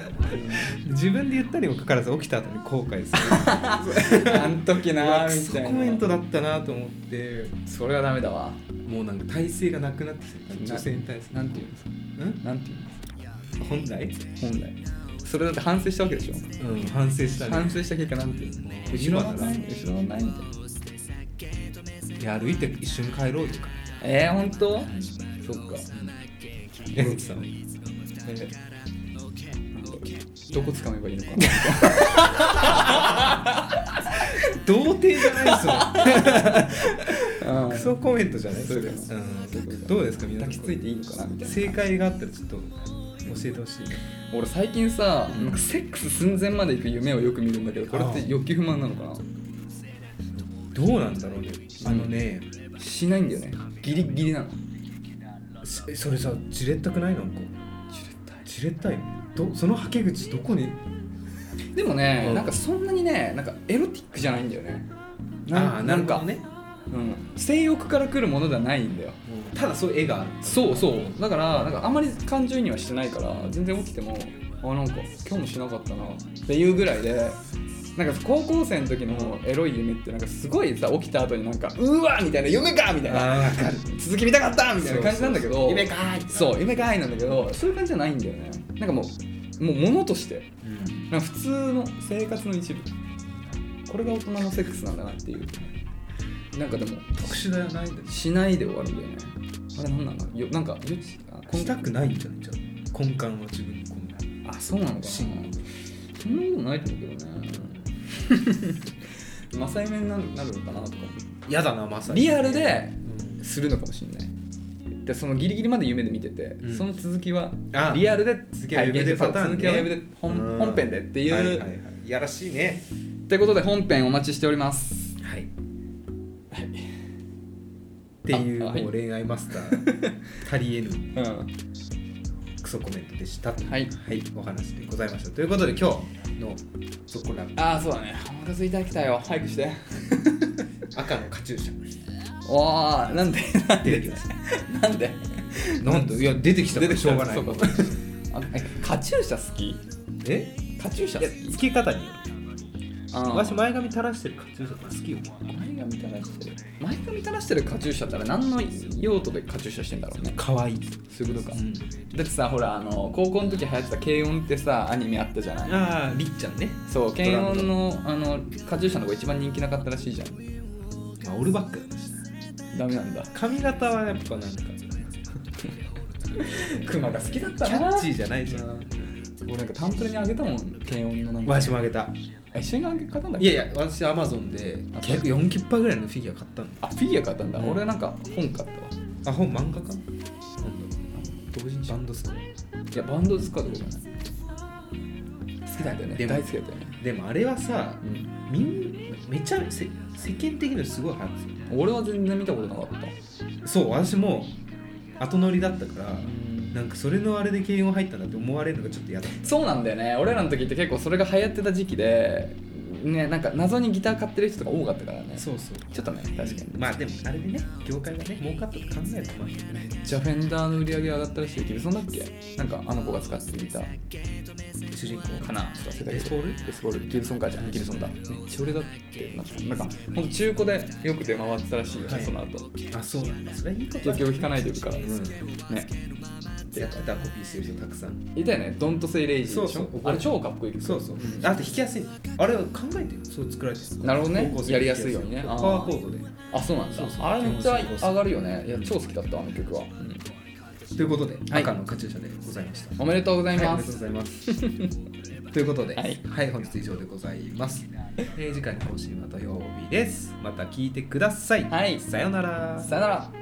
自分で言ったにもかかわらず起きた後に後悔す <laughs> るあん時うわなクーみソたいなコメントだったなと思ってそれはダメだわもうなんか体勢がなくなってきてる女性に対するなんていうんですかんなんていうんで本来すか本来それだって反省したわけでしょうん反省したね反省した結果なんていうの後今ろなのらない後ろのないみたいないや歩いて一緒に帰ろうとかえー、本当そっか江口さんえーなんだっけどこ掴めば <laughs> いいのか童貞じゃないですよ <laughs> なうんクソコメントじゃないですかそうかうんどうですか皆さん抱きついていいのかなみたいな正解があったらちょっと教えてほしい俺最近さなんかセックス寸前まで行く夢をよく見るんだけどこれって欲求不満なのかどうなんだろうねあのね、なしないんだよねギリギリなのそそれさじれったくないなんかじれったいどそのはけ口どこにでもね、うんなんかそんなにねなんかエロティックじゃないんだよねなーなんかるほどねうん、性欲から来るものではないんだよただそういう絵があるそうそうだからなんかあまり感情移入はしてないから全然起きてもあなんか今日もしなかったなっていうぐらいでなんか高校生の時のエロい夢ってなんかすごいさ起きた後になんかうわみたいな夢かみたいなあーわかる続き見たかったみたいな感じなんだけど夢かーいそう夢かいなんだけどそういう感じじゃないんだよねなんかもうもう物としてなんか普通の生活の一部これが大人のセックスなんだなっていうなんかでも特殊だよないんだよしないで終わるんだよねあれなんなのよなんかよあこんしたくないんじゃないじゃあ根幹は自分にこのあそうなのかなそしんなことないと思うけどねマサイ面になるなるのかなとか嫌だなまさにリアルでうんするのかもしれないでそのギリギリまで夢で見てて、うんその続きはあリアルで続きは夢で体験してパターンね続きは夢で本うん本編でっていう、はいはいはいいやらしいねってことで本編お待ちしておりますはいっていうあはいもう恋愛マスター足りえぬうんクソコメントでしたはいはいお話でございましたということで今日の「そこらああそうだねお腹すいてきたよ早くして赤のカチューシャおーなんでなん」出てできましたなんでなんといや出てきたからしょうがないそうかあえカチューシャ好きえカチューシャいや好つきき方によるあー私前髪垂らしてるカチューシャ好きよ前髪垂らしてる前髪垂らしてるカチューシャってあれ何の用途でカチューシャしてんだろうね可愛いそういうことか、だってさほらあの高校の時流行ってた軽音ってさアニメあったじゃないあありっちゃんねそう軽音のあのカチューシャの子一番人気なかったらしいじゃんまあオールバックだったしなダメなんだ髪型はやっぱなんかクマが好きだっキたャなッチーじゃないじゃん俺なんかタンプレにあげたもん軽音のなんかわしもあげたあ一緒にあげたんだっけいやいや私アマゾンであ結構4キッパーぐらいのフィギュア買ったのあフィギュア買ったんだ、うん俺なんか本買ったわあ本漫画か同時にバンドスかいやバンド使うとこじゃない好きなんだよねでも大好きだったよね、でもあれはさみんめちゃせ世間的にすごいはずうん、俺は全然見たことなかったそう私も後乗りだったからなんかそれのあれで慶応入ったんだって思われるのがちょっと嫌だそうなんだよね俺らの時って結構それが流行ってた時期でねなんか謎にギター買ってる人とか多かったからねうそうちょっとね確かにまあでもあれでね業界がね儲かったと考えるとまあいいよねじゃあフェンダーの売り上げ上がったらしいギブソンだっけなんかあの子が使ってるギター主人公かなちょっと忘れたけどベースボールベースボールギブソンかじゃんギブソンだめっちゃ俺だってなったなんかほんと中古でよく出回ってたらしいよね、はいその後あそうなんだそれはいいこと状だ況を弾かないでいるからうんねやってたコピーしてる人たくさんいたよね「ドントセイレイジ」でしそうょそうあれ超かっこいいけどそうそう、んあと弾きやすいあれは考えてそう作られてるなるほどね高校生やりやすいようにねパあーワーコードであそうなんだそうそうあれめっちゃ上がるよねいや超好きだったあの曲は、うんということで、はい赤のカチューシャでございましたおめでとうございはい、あまりがとうごす、ざいます。 <laughs> ということで、ははいい、本日以上でございます。えー次回の更新は土曜日です。また聞いてください。はいさようなら。さよなら